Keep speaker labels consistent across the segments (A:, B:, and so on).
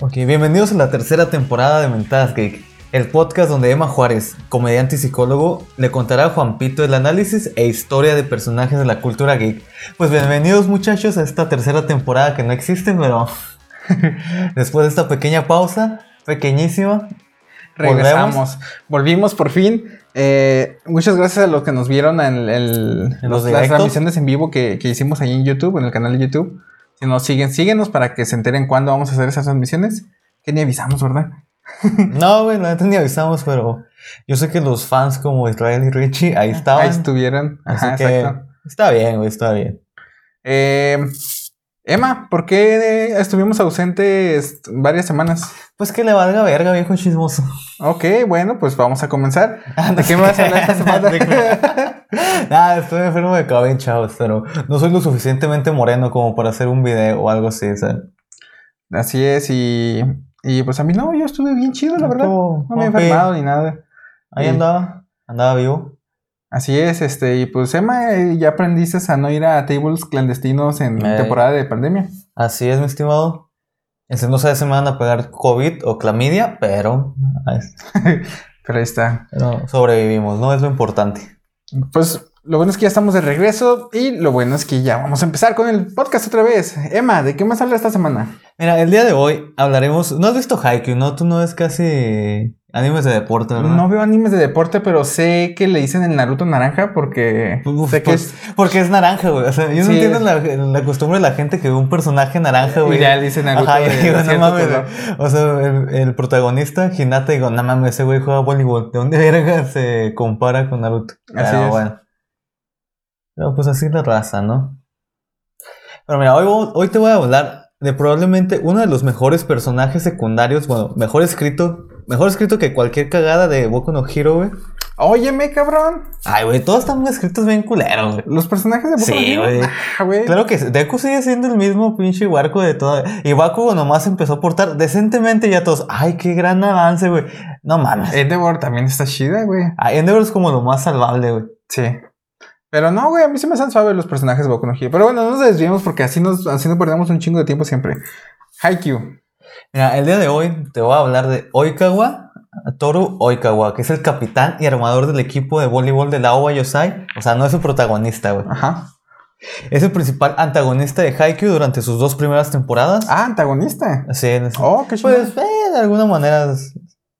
A: Ok, bienvenidos a la tercera temporada de Mentadas Geek, el podcast donde Emma Juárez, comediante y psicólogo, le contará a Juan Pito el análisis e historia de personajes de la cultura geek. Pues bienvenidos muchachos a esta tercera temporada que no existe, pero después de esta pequeña pausa, pequeñísima,
B: Regresamos. Volvimos por fin. Eh, muchas gracias a los que nos vieron en, el-
A: En los
B: los- las
A: directos.
B: transmisiones en vivo que, que hicimos ahí en YouTube, en el canal de YouTube. Si nos siguen, síguenos para que se enteren cuándo vamos a hacer esas transmisiones. Que ni avisamos, ¿verdad?
A: no, güey, la neta ni avisamos, pero yo sé que los fans como Israel y Richie ahí estaban.
B: Ahí estuvieron.
A: así
B: Ajá,
A: que
B: exacto.
A: está bien, güey, está bien.
B: Eh, Emma, ¿por qué estuvimos ausentes varias semanas?
A: Pues que le valga verga, viejo chismoso.
B: Ok, bueno, pues vamos a comenzar.
A: Ah,
B: ¿De qué me vas a hablar esta semana?
A: Nada, estoy enfermo de cabello, chavos, pero no soy lo suficientemente moreno como para hacer un video o algo así, o sea.
B: Así es, y, y pues a mí no, yo estuve bien chido, Pues, la verdad.
A: Como,
B: No me he
A: como que
B: enfermado ni nada.
A: Ahí
B: Sí.
A: andaba, andaba vivo.
B: Así es, este, y pues Emma, eh, ya aprendiste a no ir a tables clandestinos en
A: Ey.
B: temporada de pandemia.
A: Así es, mi estimado. Este, no sé si me van a pegar COVID o clamidia, pero, ay,
B: Pero ahí está.
A: pero sobrevivimos, ¿no? Es lo importante.
B: Pues lo bueno es que ya estamos de regreso y lo bueno es que ya vamos a empezar con el podcast otra vez. Emma, ¿de qué más habla esta semana?
A: Mira, el día de hoy hablaremos. ¿No has visto Haikyuu, no? Tú no ves casi animes de deporte, ¿verdad?
B: No veo animes de deporte, pero sé que le dicen el Naruto naranja porque
A: Uf,
B: sé que
A: pues,
B: es-
A: Porque es naranja, güey. O sea, yo no
B: Sí.
A: entiendo la, la costumbre de la gente que ve un personaje naranja,
B: y
A: güey.
B: ya le dicen Naruto.
A: Ajá,
B: de-
A: yo
B: de
A: digo, no
B: cierto
A: mames.
B: color".
A: O sea, el, el protagonista, Hinata, digo, no mames, ese güey juega voleibol. ¿De dónde verga se compara con Naruto?
B: Así
A: Pero
B: es.
A: bueno. Pero pues así es la raza, ¿no? Pero mira, hoy, vo- hoy te voy a hablar de probablemente uno de los mejores personajes secundarios, bueno, mejor escrito, mejor escrito que cualquier cagada de Boku no Hero, güey.
B: Óyeme, cabrón.
A: Ay, güey, todos están escritos bien culeros, güey.
B: Los personajes de Boku no
A: Sí,
B: Hero?
A: güey.
B: Ah, güey.
A: Claro que sí. Deku sigue siendo el mismo pinche Barco de toda. Y Bakugo nomás empezó a portar decentemente y ya todos. Ay, qué gran avance, güey. No mames.
B: Endeavor también está chida, güey.
A: Ah, Endeavor es como lo más salvable, güey.
B: Sí. Pero no, güey, a mí se me hacen suaves los personajes de Boku no Hero. Pero bueno, no nos desviemos porque así nos, así nos perdemos un chingo de tiempo siempre. Haikyuu.
A: Mira, el día de hoy te voy a hablar de Oikawa, Toru Oikawa, que es el capitán y armador del equipo de voleibol de la OVA Yosai. O sea, no es su protagonista, güey.
B: Ajá.
A: Es el principal antagonista de Haikyuu durante sus dos primeras temporadas.
B: Ah, antagonista.
A: Sí, en ese-
B: Oh, qué chido.
A: pues eh, de alguna manera es-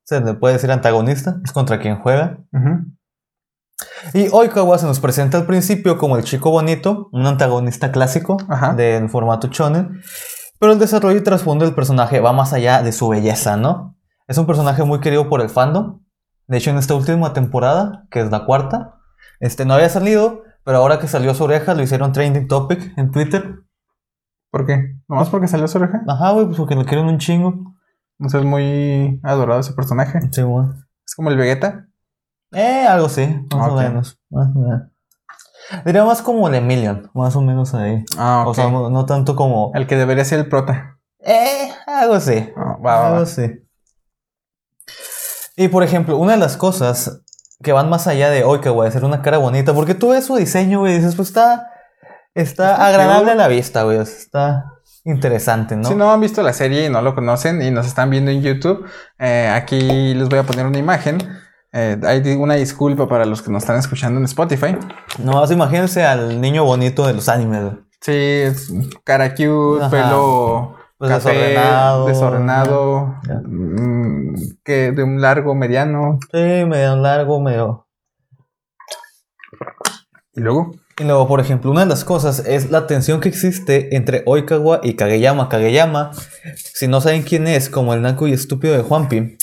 A: se le puede decir antagonista. Es contra quien juega.
B: Ujú.
A: Y Oikawa se nos presenta al principio como el chico bonito, un antagonista clásico
B: Ajá.
A: del formato shonen, pero el desarrollo y trasfondo del personaje va más allá de su belleza, ¿no? Es un personaje muy querido por el fandom. De hecho, en esta última temporada, que es la cuarta, este no había salido, pero ahora que salió su oreja lo hicieron trending topic en Twitter.
B: ¿Por qué? ¿Nomás porque salió su oreja?
A: Ajá, güey, pues porque lo quieren un chingo.
B: No sé, es muy adorado ese personaje.
A: Sí, güey.
B: Es como el Vegeta.
A: Eh, algo sí, más o
B: Ok.
A: menos. Más o menos. Diría más como el Emilion, más o menos ahí.
B: Ah,
A: O sea, no, no tanto como
B: el que debería ser el prota.
A: Eh, algo así.
B: Ah, va, va, va.
A: algo así. Y por ejemplo, una de las cosas que van más allá de hoy que voy a hacer una cara bonita, porque tú ves su diseño, güey, y dices, pues está, está,
B: Está
A: agradable
B: cute.
A: a la vista, güey, o sea, está interesante, ¿no?
B: Si no han visto la serie y no lo conocen y nos están viendo en YouTube, eh, aquí les voy a poner una imagen. Eh, hay di- una disculpa para los que nos están escuchando en Spotify.
A: Nomás imagínense al niño bonito de los animes, güey.
B: Sí, es cara cute,
A: Ajá.
B: pelo
A: Pues
B: café,
A: desordenado.
B: desordenado,
A: Ya.
B: mm, que de un largo mediano.
A: Sí, medio largo, medio...
B: Y luego,
A: Y luego, por ejemplo, una de las cosas es la tensión que existe entre Oikawa y Kageyama. Kageyama, si no saben quién es, como el naco y estúpido de Juanpi,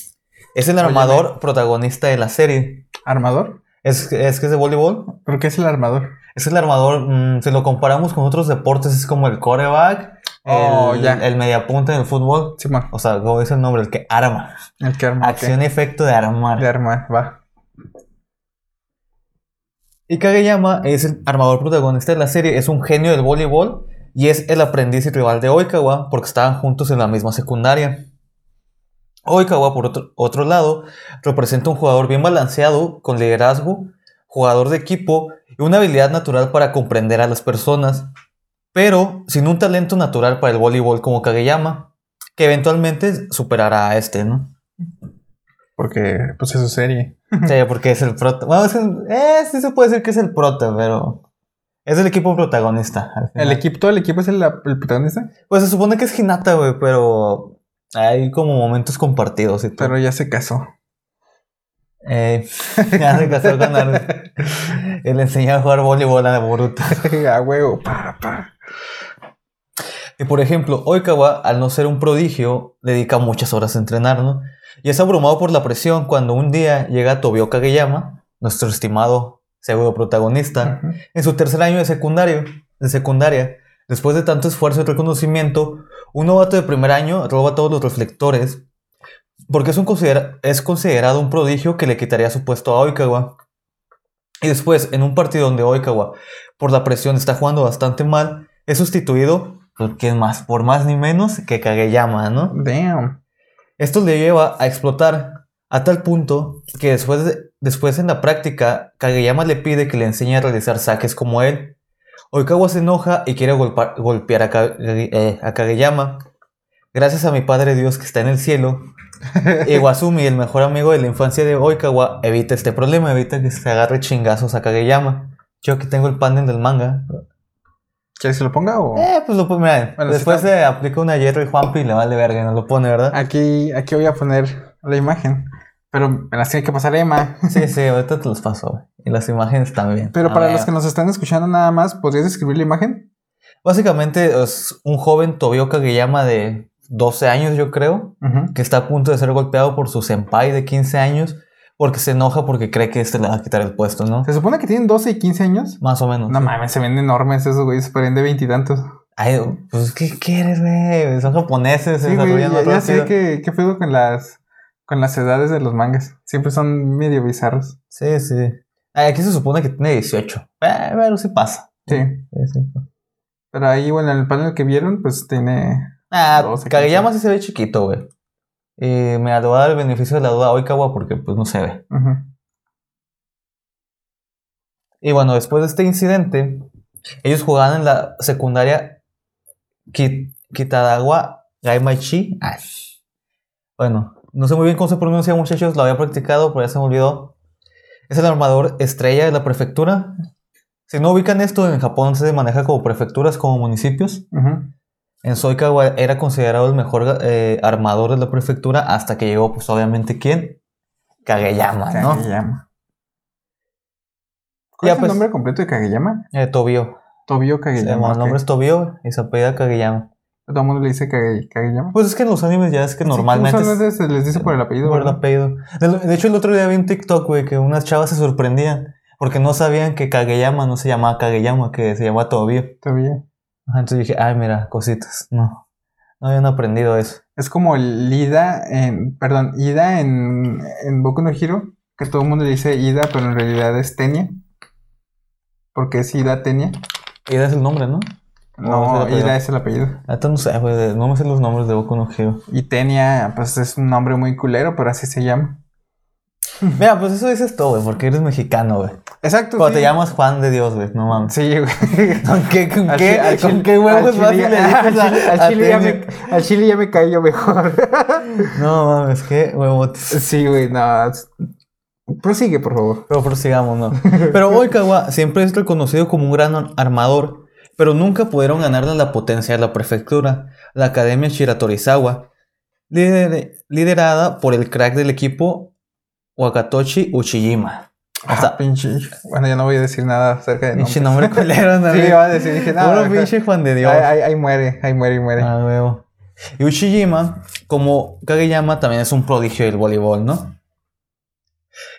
A: es el armador protagonista de la serie.
B: armador.
A: Es, es que es de voleibol.
B: ¿Por qué es el armador?
A: Es el armador, mm, si lo comparamos con otros deportes, es como el coreback,
B: Oh,
A: el,
B: ya.
A: el mediapunta en el fútbol.
B: Simón,
A: O sea, como dice el nombre, el que arma.
B: el que arma. ok.
A: Acción y efecto de armar.
B: De arma, va.
A: Y Kageyama es el armador protagonista de la serie, es un genio del voleibol y es el aprendiz y rival de Oikawa porque estaban juntos en la misma secundaria. Oikawa, por otro, otro lado, representa un jugador bien balanceado, con liderazgo, jugador de equipo y una habilidad natural para comprender a las personas, pero sin un talento natural para el voleibol como Kageyama. que eventualmente superará a este, ¿no?
B: Porque, pues, es su serie.
A: Sí, porque es el prota. Bueno, es el- eh, sí se puede decir que es el prota, pero es el equipo protagonista. al final.
B: ¿El equipo, todo el equipo es el, el protagonista?
A: Pues se supone que es Hinata, güey, pero hay como momentos compartidos y todo.
B: Pero ya se casó.
A: Eh, ya se casó con Naruto. Y le enseñó a jugar voleibol a Boruto.
B: a huevo, pa, pa.
A: Y por ejemplo, Oikawa, al no ser un prodigio, dedica muchas horas a entrenar, ¿no? Y es abrumado por la presión cuando un día llega Tobio Kageyama, nuestro estimado pseudo protagonista,
B: Ujú.
A: en su tercer año de secundario, de secundaria. Después de tanto esfuerzo y reconocimiento, un novato de primer año roba todos los reflectores porque es, un considera- es considerado un prodigio que le quitaría su puesto a Oikawa. Y después, en un partido donde Oikawa, por la presión, está jugando bastante mal, es sustituido, pues, ¿quién más? Por más ni menos que Kageyama, ¿no?
B: Damn.
A: Esto le lleva a explotar a tal punto que después, de- después en la práctica, Kageyama le pide que le enseñe a realizar saques como él. Oikawa se enoja y quiere golpa- golpear a, Ka- eh, a Kageyama. Gracias a mi padre Dios que está en el cielo, Iwasumi, el mejor amigo de la infancia de Oikawa, evita este problema, evita que se agarre chingazos a Kageyama. Yo aquí tengo el panel del manga.
B: ¿Quieres que lo ponga o...?
A: Eh, pues lo pone. mira,
B: Oh. Bueno, sí
A: después
B: está-
A: se aplica una hierro y Juanpi y le vale verga, no lo pone, ¿verdad?
B: Aquí, aquí voy a poner la imagen. Pero me las tiene que pasar Emma.
A: Sí, sí, ahorita te los paso, güey. Y las imágenes también.
B: Pero
A: A
B: para
A: ver.
B: los que nos están escuchando nada más, ¿podrías describir la imagen?
A: Básicamente es un joven Tobio Kageyama de 12 años, yo creo,
B: Ujú.
A: que está a punto de ser golpeado por su senpai de 15 años porque se enoja porque cree que este le va a quitar el puesto, ¿no?
B: Se supone que tienen 12 y 15 años.
A: Más o menos.
B: No mames, se ven enormes esos güeyes, se parecen de veintitantos.
A: Ay, pues, ¿qué quieres, güey? Son japoneses, se
B: Sí, güey,
A: desarrollan
B: ya,
A: más
B: ya sé
A: rápido.
B: que, qué pedo con las, con las edades de los mangas. Siempre son medio bizarros.
A: Sí, sí. Ay, aquí se supone que tiene 18. Eh, pero sí pasa.
B: Sí.
A: Sí, sí.
B: Pero ahí, bueno, en el panel que vieron, pues tiene...
A: Ah,
B: No, se
A: Kageyama
B: cansa.
A: sí se ve chiquito, güey. Y me voy a dar el beneficio de la duda a Oikawa porque, pues, no se ve.
B: ujú.
A: Y bueno, después de este incidente, ellos jugaban en la secundaria Ki- Kitagawa Gaimaichi. Ay. Bueno, no sé muy bien cómo se pronuncia, muchachos, lo había practicado, pero ya se me olvidó. Es el armador estrella de la prefectura. Si no ubican esto, en Japón se maneja como prefecturas, como municipios.
B: Ujú.
A: En Soikawa era considerado el mejor eh, armador de la prefectura hasta que llegó, pues obviamente, ¿quién? Kageyama, ¿no?
B: Kageyama. ¿Cuál
A: Ya,
B: es el
A: pues.
B: nombre completo de Kageyama?
A: Eh, Tobio.
B: Tobio
A: Se
B: Kageyama.
A: llama, el
B: ok.
A: nombre es Tobio y se apellida Kageyama.
B: Todo el mundo le dice Kage- Kageyama.
A: Pues es que en los animes ya es que normalmente es
B: Usualmente se les dice por el apellido.
A: por el
B: ¿verdad?
A: apellido. De, lo- de hecho, el otro día vi un TikTok, güey, que unas chavas se sorprendían porque no sabían que Kageyama no se llamaba Kageyama, que se llamaba Tobio.
B: Todavía.
A: Ajá, Entonces dije, ay, mira, cositas. No, no habían aprendido eso.
B: Es como el Ida en. Perdón, Ida en, en Boku no Hiro. Que todo el mundo le dice Ida, pero en realidad es Tenia. Porque es Ida Tenia.
A: Ida es el nombre, ¿no?
B: No,
A: No, es el apellido.
B: Ida es el apellido.
A: Ahorita no sé, güey, de- no me sé los nombres de Boku no Hero.
B: Y Tenia, pues es un nombre muy culero, pero así se llama.
A: Mira, pues eso dices todo, güey, porque eres mexicano, güey.
B: Exacto.
A: Cuando te
B: sí.
A: llamas Juan de Dios, güey, no mames.
B: Sí, güey.
A: ¿Con qué, con
B: Al
A: qué,
B: chi- al
A: con
B: chile-
A: qué
B: al
A: huevos
B: chile
A: fácil
B: ya-
A: le dices
B: al chile-
A: a-
B: al
A: a
B: chile ya
A: Tenia?
B: me- Al chile ya me caí yo mejor.
A: No mames, qué huevotes.
B: Sí, güey, no. es- Prosigue, por favor.
A: Pero prosigamos, ¿no? Pero Oikawa siempre es reconocido como un gran ar- armador, pero nunca pudieron ganarle la potencia de la prefectura, la Academia Shiratorizawa, lider- liderada por el crack del equipo Wakatoshi Uchijima. O sea,
B: Ah, pinche. Bueno, ya no voy a decir nada acerca de nombres.
A: pinche nombre culero, ¿no?
B: Sí, iba a decir, dije, no,
A: Puro
B: mejor-
A: pinche Juan de
B: ahí,
A: Dios.
B: ahí- ahí muere, ahí muere, ahí muere.
A: Ah, huevo. Y Uchijima, como Kageyama, también es un prodigio del voleibol, ¿no?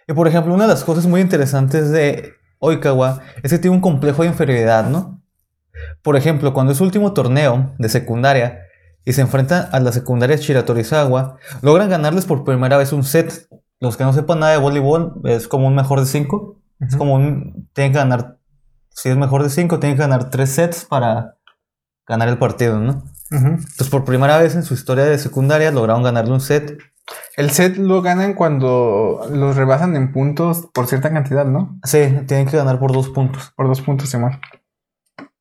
A: Y por ejemplo, una de las cosas muy interesantes de Oikawa es que tiene un complejo de inferioridad, ¿no? Por ejemplo, cuando es su último torneo de secundaria y se enfrentan a la secundaria Shiratorizawa, logran ganarles por primera vez un set. Los que no sepan nada de voleibol, es como un mejor de cinco. Es
B: Ujú.
A: como un. Tienen que ganar. Si es mejor de cinco, tienen que ganar tres sets para ganar el partido, ¿no?
B: Ujú.
A: Entonces, Pues, por primera vez en su historia de secundaria lograron ganarle un set.
B: El set lo ganan cuando los rebasan en puntos por cierta cantidad, ¿no?
A: Sí, tienen que ganar por dos puntos.
B: Por dos puntos, Simón.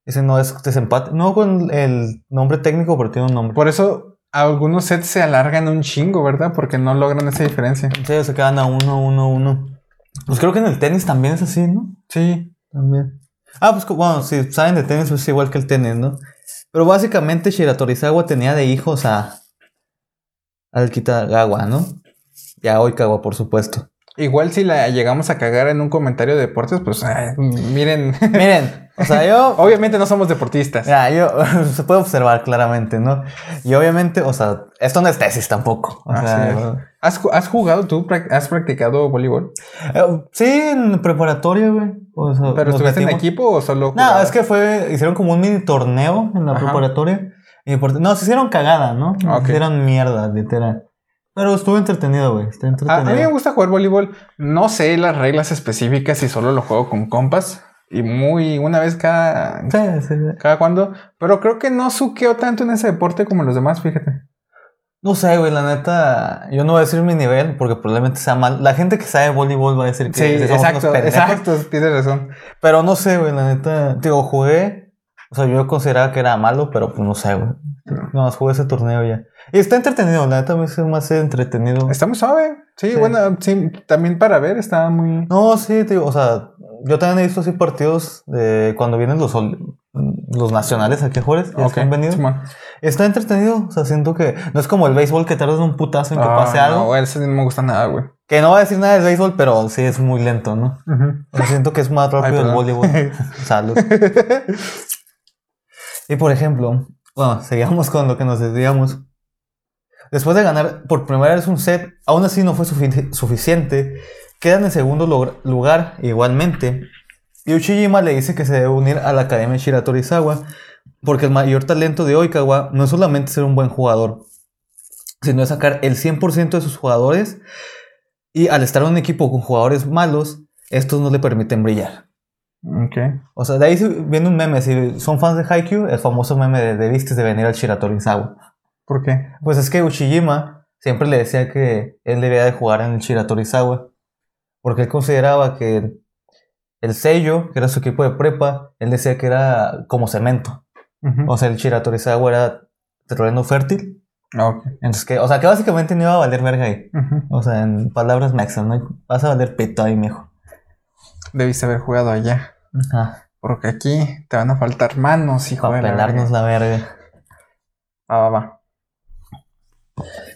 A: Ese no es desempate. No con el nombre técnico, pero tiene un nombre.
B: Por eso algunos sets se alargan un chingo, ¿verdad? Porque no logran esa diferencia.
A: Sí, se quedan a uno, uno, uno. Pues creo que en el tenis también es así, ¿no?
B: Sí.
A: También. Ah, pues bueno, si saben de tenis, pues, es igual que el tenis, ¿no? Pero básicamente Shiratorizawa tenía de hijos a. al Kitagawa, ¿no? Y a Oikawa, por supuesto.
B: Igual si la llegamos a cagar en un comentario de deportes, pues ay, miren.
A: Miren, o sea, yo.
B: Obviamente no somos deportistas.
A: Mira, Ah, yo se puede observar claramente, ¿no? Y obviamente, o sea, esto no es tesis tampoco. O
B: Así
A: sea,
B: es. ¿Has, ju- has jugado tú? Prac- ¿Has practicado voleibol?
A: eh, sí, en preparatoria, güey. O sea,
B: ¿Pero
A: nos
B: estuviste en
A: metimos-
B: equipo o solo
A: No,
B: jugabas?
A: es que fue, hicieron como un mini torneo en la
B: Ajá. Ah,
A: preparatoria. Y por- no, se hicieron cagada, ¿no? Se
B: Ok.
A: Hicieron mierda, literal. Pero estuvo entretenido, güey. Estuvo
B: Ah, A, a mí me
A: entretenido.
B: gusta jugar voleibol. No sé las reglas específicas y solo lo juego con compas. Y muy una vez cada,
A: Sí, sí, sí.
B: cada cuando. Pero creo que no suqueo tanto en ese deporte como en los demás, fíjate.
A: No sé, güey, la neta, yo no voy a decir mi nivel porque probablemente sea mal. La gente que sabe voleibol va a decir que
B: Sí,
A: somos unos
B: exacto,
A: pendejos.
B: exacto, tienes razón.
A: Pero no sé, güey, la neta, digo, jugué. O sea, yo consideraba que era malo, pero pues no sé, güey. No, más jugué ese torneo ya. Y está entretenido, la neta, me hace más entretenido.
B: Está muy suave. Sí,
A: Sí.
B: bueno, sí, también para ver está muy...
A: No, sí, te digo, o sea, yo también he visto así partidos de cuando vienen los, ol- los nacionales aquí a Juárez, que
B: Ok,
A: han venido.
B: Simón.
A: Está entretenido, o sea, siento que no es como el béisbol que tardas un putazo en que
B: Ah,
A: pase algo.
B: No, ese no me gusta nada, güey.
A: que no va a decir nada del béisbol, pero sí es muy lento, ¿no?
B: Ujú.
A: O sea, siento que es más rápido el
B: perdón.
A: voleibol. Salud. Y por ejemplo, bueno, seguíamos con lo que nos desviamos. Después de ganar por primera vez un set, aún así no fue sufi- suficiente. Quedan en segundo log- lugar igualmente. Y Uchijima le dice que se debe unir a la Academia Shiratorizawa porque el mayor talento de Oikawa no es solamente ser un buen jugador, sino es sacar el 100% de sus jugadores y al estar en un equipo con jugadores malos, estos no le permiten brillar.
B: Ok.
A: O sea, de ahí se- viene un meme. Si son fans de Haikyuu, el famoso meme de debiste de venir al Shiratorizawa.
B: ¿Por qué?
A: Pues es que Uchijima siempre le decía que él debía de jugar en el Shiratorizawa. Porque él consideraba que el sello, que era su equipo de prepa, él decía que era como cemento.
B: Ujú.
A: O sea, el Shiratorizawa era terreno fértil.
B: Ah, ok.
A: Entonces, que, o sea, que básicamente no iba a valer verga ahí.
B: Ujú.
A: O sea, en palabras mexas, ¿no? Vas a valer pito ahí, mijo.
B: Debiste haber jugado allá.
A: Ajá.
B: Porque aquí te van a faltar manos, hijo
A: Para
B: de la verga.
A: pelarnos la verga.
B: Va, va, va.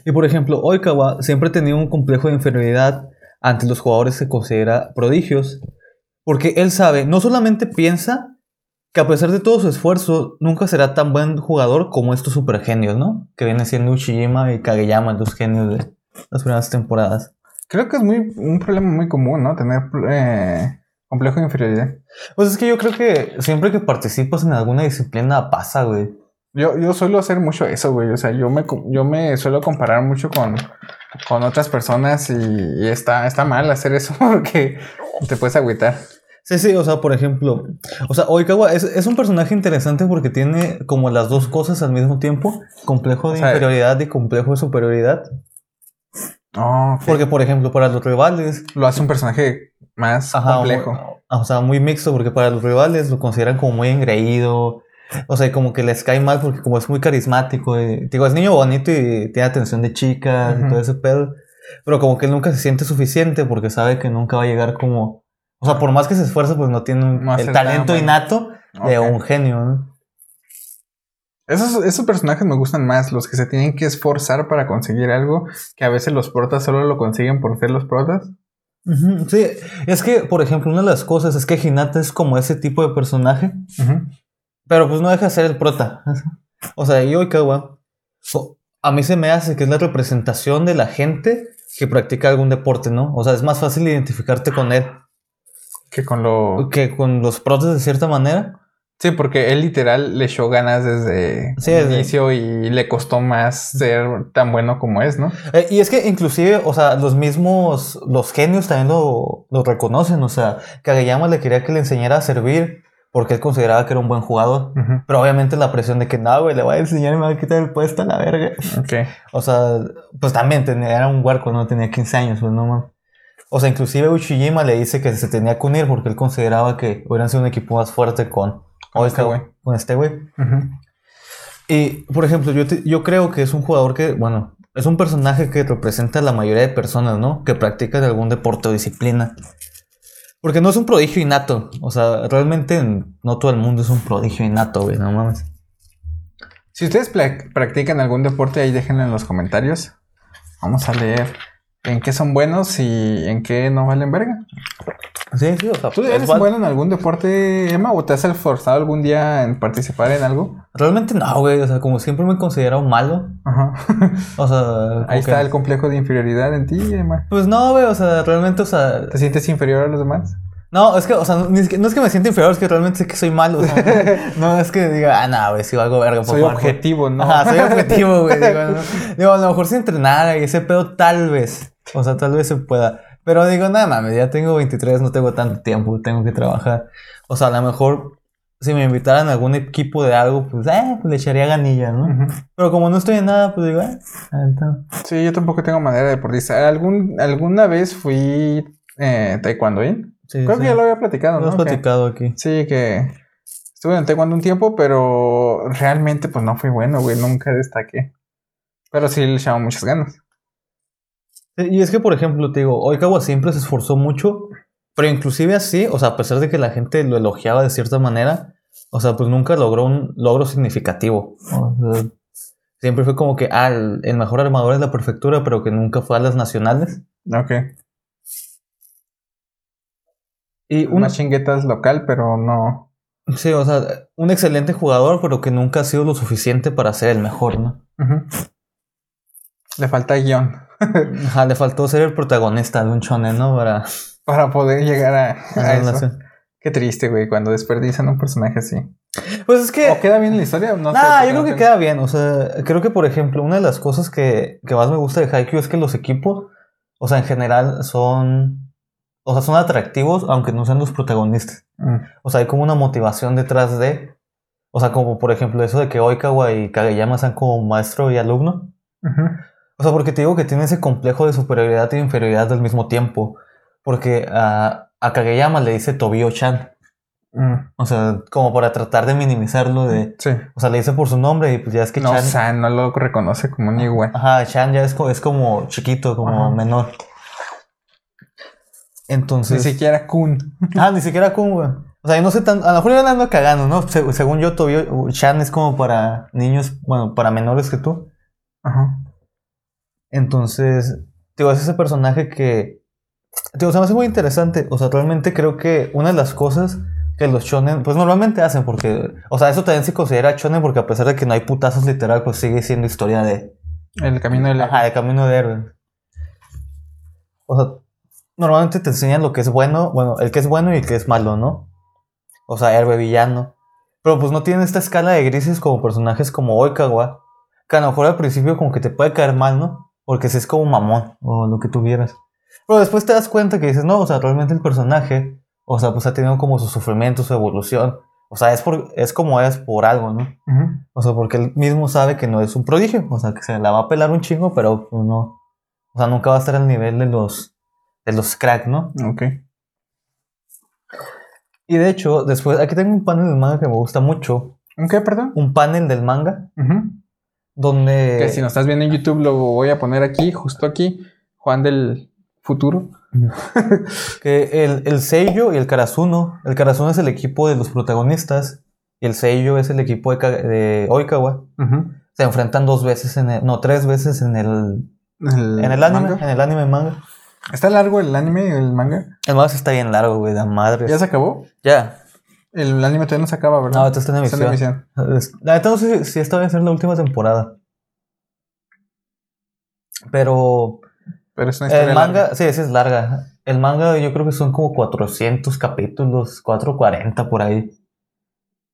A: Y por ejemplo, Oikawa siempre tenía un complejo de inferioridad ante los jugadores que considera prodigios, porque él sabe, no solamente piensa que a pesar de todo su esfuerzo, nunca será tan buen jugador como estos supergenios, ¿no? Que vienen siendo Uchijima y Kageyama, los genios de las primeras temporadas.
B: Creo que es muy, un problema muy común, ¿no? Tener eh, complejo de inferioridad.
A: Pues es que yo creo que siempre que participas en alguna disciplina pasa, güey.
B: Yo, yo suelo hacer mucho eso, güey. O sea, yo me, co- yo me suelo comparar mucho con, con otras personas y, y está, está mal hacer eso porque te puedes agüitar.
A: Sí, sí, o sea, por ejemplo, o sea, Oikawa es, es un personaje interesante porque tiene como las dos cosas al mismo tiempo, complejo de
B: O sea,
A: inferioridad y complejo de superioridad.
B: No,
A: Porque, por ejemplo, para los rivales,
B: Oh, lo hace un personaje más
A: ajá,
B: complejo.
A: muy- o sea, muy mixto, porque para los rivales lo consideran como muy engreído, o sea, como que les cae mal porque como es muy carismático, y- digo, es niño bonito y tiene atención de chicas y
B: Ujú.
A: todo ese pedo, pero como que él nunca se siente suficiente porque sabe que nunca va a llegar como, o sea, por más que se esfuerce, pues no tiene un-
B: No va a
A: el
B: ser tan
A: talento
B: bueno.
A: innato de
B: Ok.
A: un genio, ¿no?
B: Esos, esos personajes me gustan más, los que se tienen que esforzar para conseguir algo, que a veces los protas solo lo consiguen por ser los protas.
A: Ujú, Sí, es que, por ejemplo, una de las cosas es que Hinata es como ese tipo de personaje
B: Ujú.
A: Pero pues no deja de ser el prota. O sea, y Oikawa, o- a mí se me hace que es la representación de la gente que practica algún deporte, ¿no? O sea, es más fácil identificarte con él
B: Que con lo...
A: que con los protas de cierta manera.
B: Sí, porque él literal le echó ganas desde
A: Sí,
B: el
A: desde-
B: inicio y le costó más ser tan bueno como es, ¿no?
A: Eh, y es que inclusive, o sea, los mismos, los genios también lo, lo reconocen. O sea, Kageyama le quería que le enseñara a servir porque él consideraba que era un buen jugador.
B: Ujú.
A: Pero obviamente la presión de que, no, güey, le voy a enseñar y me va a quitar el puesto a la verga.
B: Ok.
A: O sea, pues también tenía, era un huerco, no tenía 15 años, pues no mames. O sea, inclusive Uchijima le dice que se tenía que unir porque él consideraba que hubieran sido un equipo más fuerte con
B: Con este
A: Oikawa-
B: güey.
A: Con este güey.
B: Ujú.
A: Y Y, por ejemplo, yo, te- yo creo que es un jugador que, bueno, es un personaje que representa a la mayoría de personas, ¿no? Que practican algún deporte o disciplina. Porque no es un prodigio innato. O sea, realmente no todo el mundo es un prodigio innato, güey, no mames.
B: Si ustedes pla- practican algún deporte, ahí déjenlo en los comentarios. Vamos a leer en qué son buenos y en qué no valen verga.
A: Sí, sí, o sea,
B: ¿Tú
A: es
B: eres
A: val-
B: bueno en algún deporte, Emma? ¿O te has esforzado algún día en participar en algo?
A: realmente no, güey. O sea, como siempre me he considerado malo.
B: Ajá.
A: O sea, como
B: Ahí
A: que-
B: está el complejo de inferioridad en ti, Emma.
A: Pues no, güey, o sea, realmente, o sea,
B: ¿Te sientes inferior a los demás?
A: no, es que, o sea, ni es que- no es que me sienta inferior, es que realmente sé que soy malo, o sea, no es que diga, ah, no, güey, si algo verga, por
B: Soy
A: favor, güey".
B: objetivo, ¿no?
A: Ajá, soy objetivo, güey. Digo, no. Digo, a lo mejor si entrenara y ese pedo, tal vez. O sea, tal vez se pueda. Pero digo, nada mames, ya tengo 23, no tengo tanto tiempo, tengo que trabajar. O sea, a lo mejor si me invitaran a algún equipo de algo, pues, eh, pues le echaría ganilla, ¿no?
B: Ujú.
A: Pero como no estoy en nada, pues digo, eh, ahorita.
B: Sí, yo tampoco tengo manera deportista. ¿Algún, alguna vez fui eh, taekwondoín.
A: Sí,
B: Creo
A: sí.
B: que ya lo había platicado,
A: Lo
B: ¿no?
A: hemos
B: Que-
A: platicado aquí.
B: Sí, que estuve en taekwondo un tiempo, pero realmente pues no fui bueno, güey, nunca destaqué. Pero sí le echaba muchas ganas.
A: Sí, Y es que, por ejemplo, te digo, Oikawa siempre se esforzó mucho, pero inclusive así, o sea, a pesar de que la gente lo elogiaba de cierta manera, o sea, pues nunca logró un logro significativo. O sea, siempre fue como que, ah, el el mejor armador es la prefectura, pero que nunca fue a las nacionales.
B: Ok.
A: Y un,
B: Una chingueta es local, pero no.
A: sí, o sea, un excelente jugador, pero que nunca ha sido lo suficiente para ser el mejor, ¿no?
B: Ujú. Le falta guión
A: Ajá, le faltó ser el protagonista de un shonen, ¿no? Para,
B: para poder llegar a, a
A: para la
B: eso.
A: nación.
B: Qué triste, güey, cuando desperdician un personaje así.
A: Pues es que...
B: ¿O queda bien en la historia? No
A: Nah,
B: sé, porque
A: Ah, yo creo
B: no
A: que
B: tengo-
A: queda bien. O sea, creo que, por ejemplo, una de las cosas que, que más me gusta de Haikyuu es que los equipos, o sea, en general son. O sea, son atractivos, aunque no sean los protagonistas.
B: Mm.
A: O sea, hay como una motivación detrás de. O sea, como por ejemplo eso de que Oikawa y Kageyama sean como maestro y alumno.
B: Ujú.
A: O sea, porque te digo que tiene ese complejo de superioridad e inferioridad al mismo tiempo. Porque a, a Kageyama le dice Tobio-chan.
B: Mm.
A: O sea, como para tratar de minimizarlo de.
B: Sí.
A: O sea, le dice por su nombre y pues ya es que
B: no, o
A: Chan-
B: sea, no lo reconoce como un igual.
A: Ajá, Chan ya es, co- es como chiquito, como
B: Ajá.
A: menor.
B: Ni
A: Entonces.
B: siquiera Kun.
A: Ah, ni siquiera Kun, güey. O sea, yo no sé tan. A lo mejor yo la ando cagando, ¿no? Se- según yo, Tobio, Chan es como para niños, bueno, para menores que tú.
B: Ajá.
A: Entonces, digo, es ese personaje que. Digo, se me hace muy interesante. O sea, realmente creo que una de las cosas que los shonen, pues normalmente hacen, porque. O sea, eso también se considera shonen, porque a pesar de que no hay putazos literal, pues sigue siendo historia de,
B: El camino de la...
A: Ajá, de camino de héroe. O sea, normalmente te enseñan lo que es bueno, bueno, el que es bueno y el que es malo, ¿no? O sea, héroe, villano. Pero pues no tiene esta escala de grises como personajes como Oikawa, que a lo mejor al principio como que te puede caer mal, ¿no? Porque si es como mamón o lo que tuvieras. Pero después te das cuenta que dices, no, o sea, realmente el personaje, o sea, pues ha tenido como su sufrimiento, su evolución. O sea, es, por, es como es por algo, ¿no?
B: Ujú.
A: O sea, porque él mismo sabe que no es un prodigio. O sea, que se la va a pelar un chingo, pero pues, no. O sea, nunca va a estar al nivel de los, de los crack, ¿no?
B: Ok.
A: Y de hecho, después, aquí tengo un panel del manga que me gusta mucho.
B: ¿Un qué, perdón? Eh,
A: Un panel del manga
B: Ujú.
A: donde.
B: Que si nos estás viendo en YouTube lo voy a poner aquí, justo aquí. Juan del futuro.
A: que el, el sello y el Karasuno. El Karasuno es el equipo de los protagonistas. Y el sello es el equipo de, Ka- de Oikawa. Se enfrentan dos veces en el. No, tres veces en el. En el anime.
B: manga.
A: En el anime manga.
B: ¿Está largo el anime y el manga?
A: El manga sí está bien largo, güey. La madre.
B: ¿Ya se acabó?
A: Ya.
B: El anime todavía no se acaba, ¿verdad?
A: No, esto está en
B: Está en
A: emisión.
B: emisión.
A: Es- La neta no sé si- si esta va a ser la última temporada. Pero
B: Pero es una historia
A: el manga,
B: larga.
A: sí, esa es larga. El manga yo creo que son como 400 capítulos, 440 por ahí.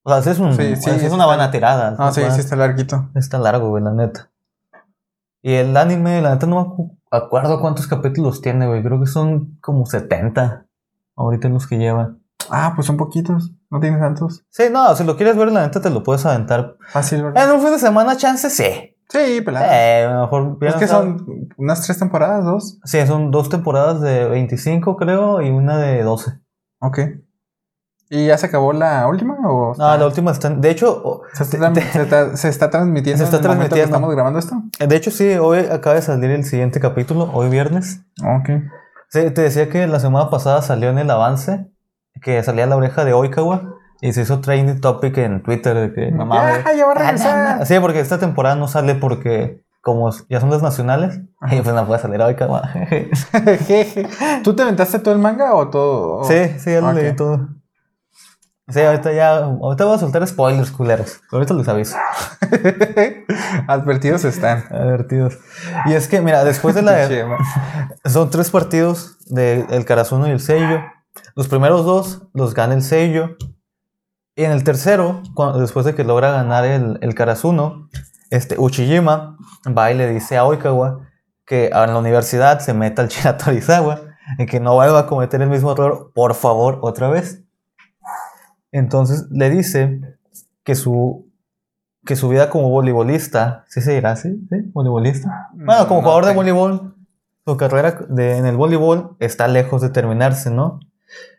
A: O sea, sí es, un-
B: Sí, sí,
A: sí es
B: sí
A: una
B: está-
A: buena tirada.
B: Ah, sí,
A: está-
B: sí está larguito.
A: Está largo, güey, la neta. Y el anime, la neta no me acu- acuerdo cuántos capítulos tiene, güey. Creo que son como 70 ahorita los que llevan.
B: Ah, pues son poquitos. No tiene tantos.
A: Sí, no, si lo quieres ver, la neta te lo puedes aventar.
B: Fácil, ¿verdad?
A: En un fin de semana, chance sí.
B: Sí, pelada.
A: Eh, a lo mejor
B: es
A: vieron
B: que
A: esa-
B: son unas tres temporadas, dos.
A: Sí, son dos temporadas de 25, creo, y una de 12.
B: Ok. ¿Y ya se acabó la última? O
A: No,
B: está-
A: la última está. De hecho, o-
B: ¿Se está, tran- se está- se está transmitiendo
A: Se está
B: en el momento que
A: transmitiendo.
B: estamos grabando esto?
A: de hecho, sí, hoy acaba de salir el siguiente capítulo, hoy viernes.
B: Ok.
A: Sí, te decía que la semana pasada salió en el avance que salía la oreja de Oikawa y se hizo trending topic en Twitter de que no mames.
B: ya, ya va
A: Ah,
B: a
A: no, no.
B: regresar.
A: Sí, porque esta temporada no sale porque como ya son las nacionales, y pues no puede salir Oikawa.
B: Jeje. ¿Tú te aventaste todo el manga o todo?
A: sí, sí, ya lo
B: Oh, Ok.
A: leí todo. Sí, ahorita ya, ahorita voy a soltar spoilers culeros. Ahorita les aviso.
B: Advertidos están.
A: Advertidos. Y es que, mira, después Pues de la,
B: Che, ma-
A: Son tres partidos del el Carazuno y el Sello. Los primeros dos los gana el Sello. Y en el tercero, cua- después de que logra ganar el, el Carazuno, este, Uchijima va y le dice a Oikawa que a la universidad se meta al Shinatorizawa y que no vuelva a cometer el mismo error, por favor, otra vez. Entonces le dice que su, que su vida como voleibolista, ¿sí se dirá así? ¿Sí? ¿Voleibolista? Bueno, como
B: Mm, No
A: jugador de
B: tengo-
A: voleibol, su carrera de- en el voleibol está lejos de terminarse, ¿no?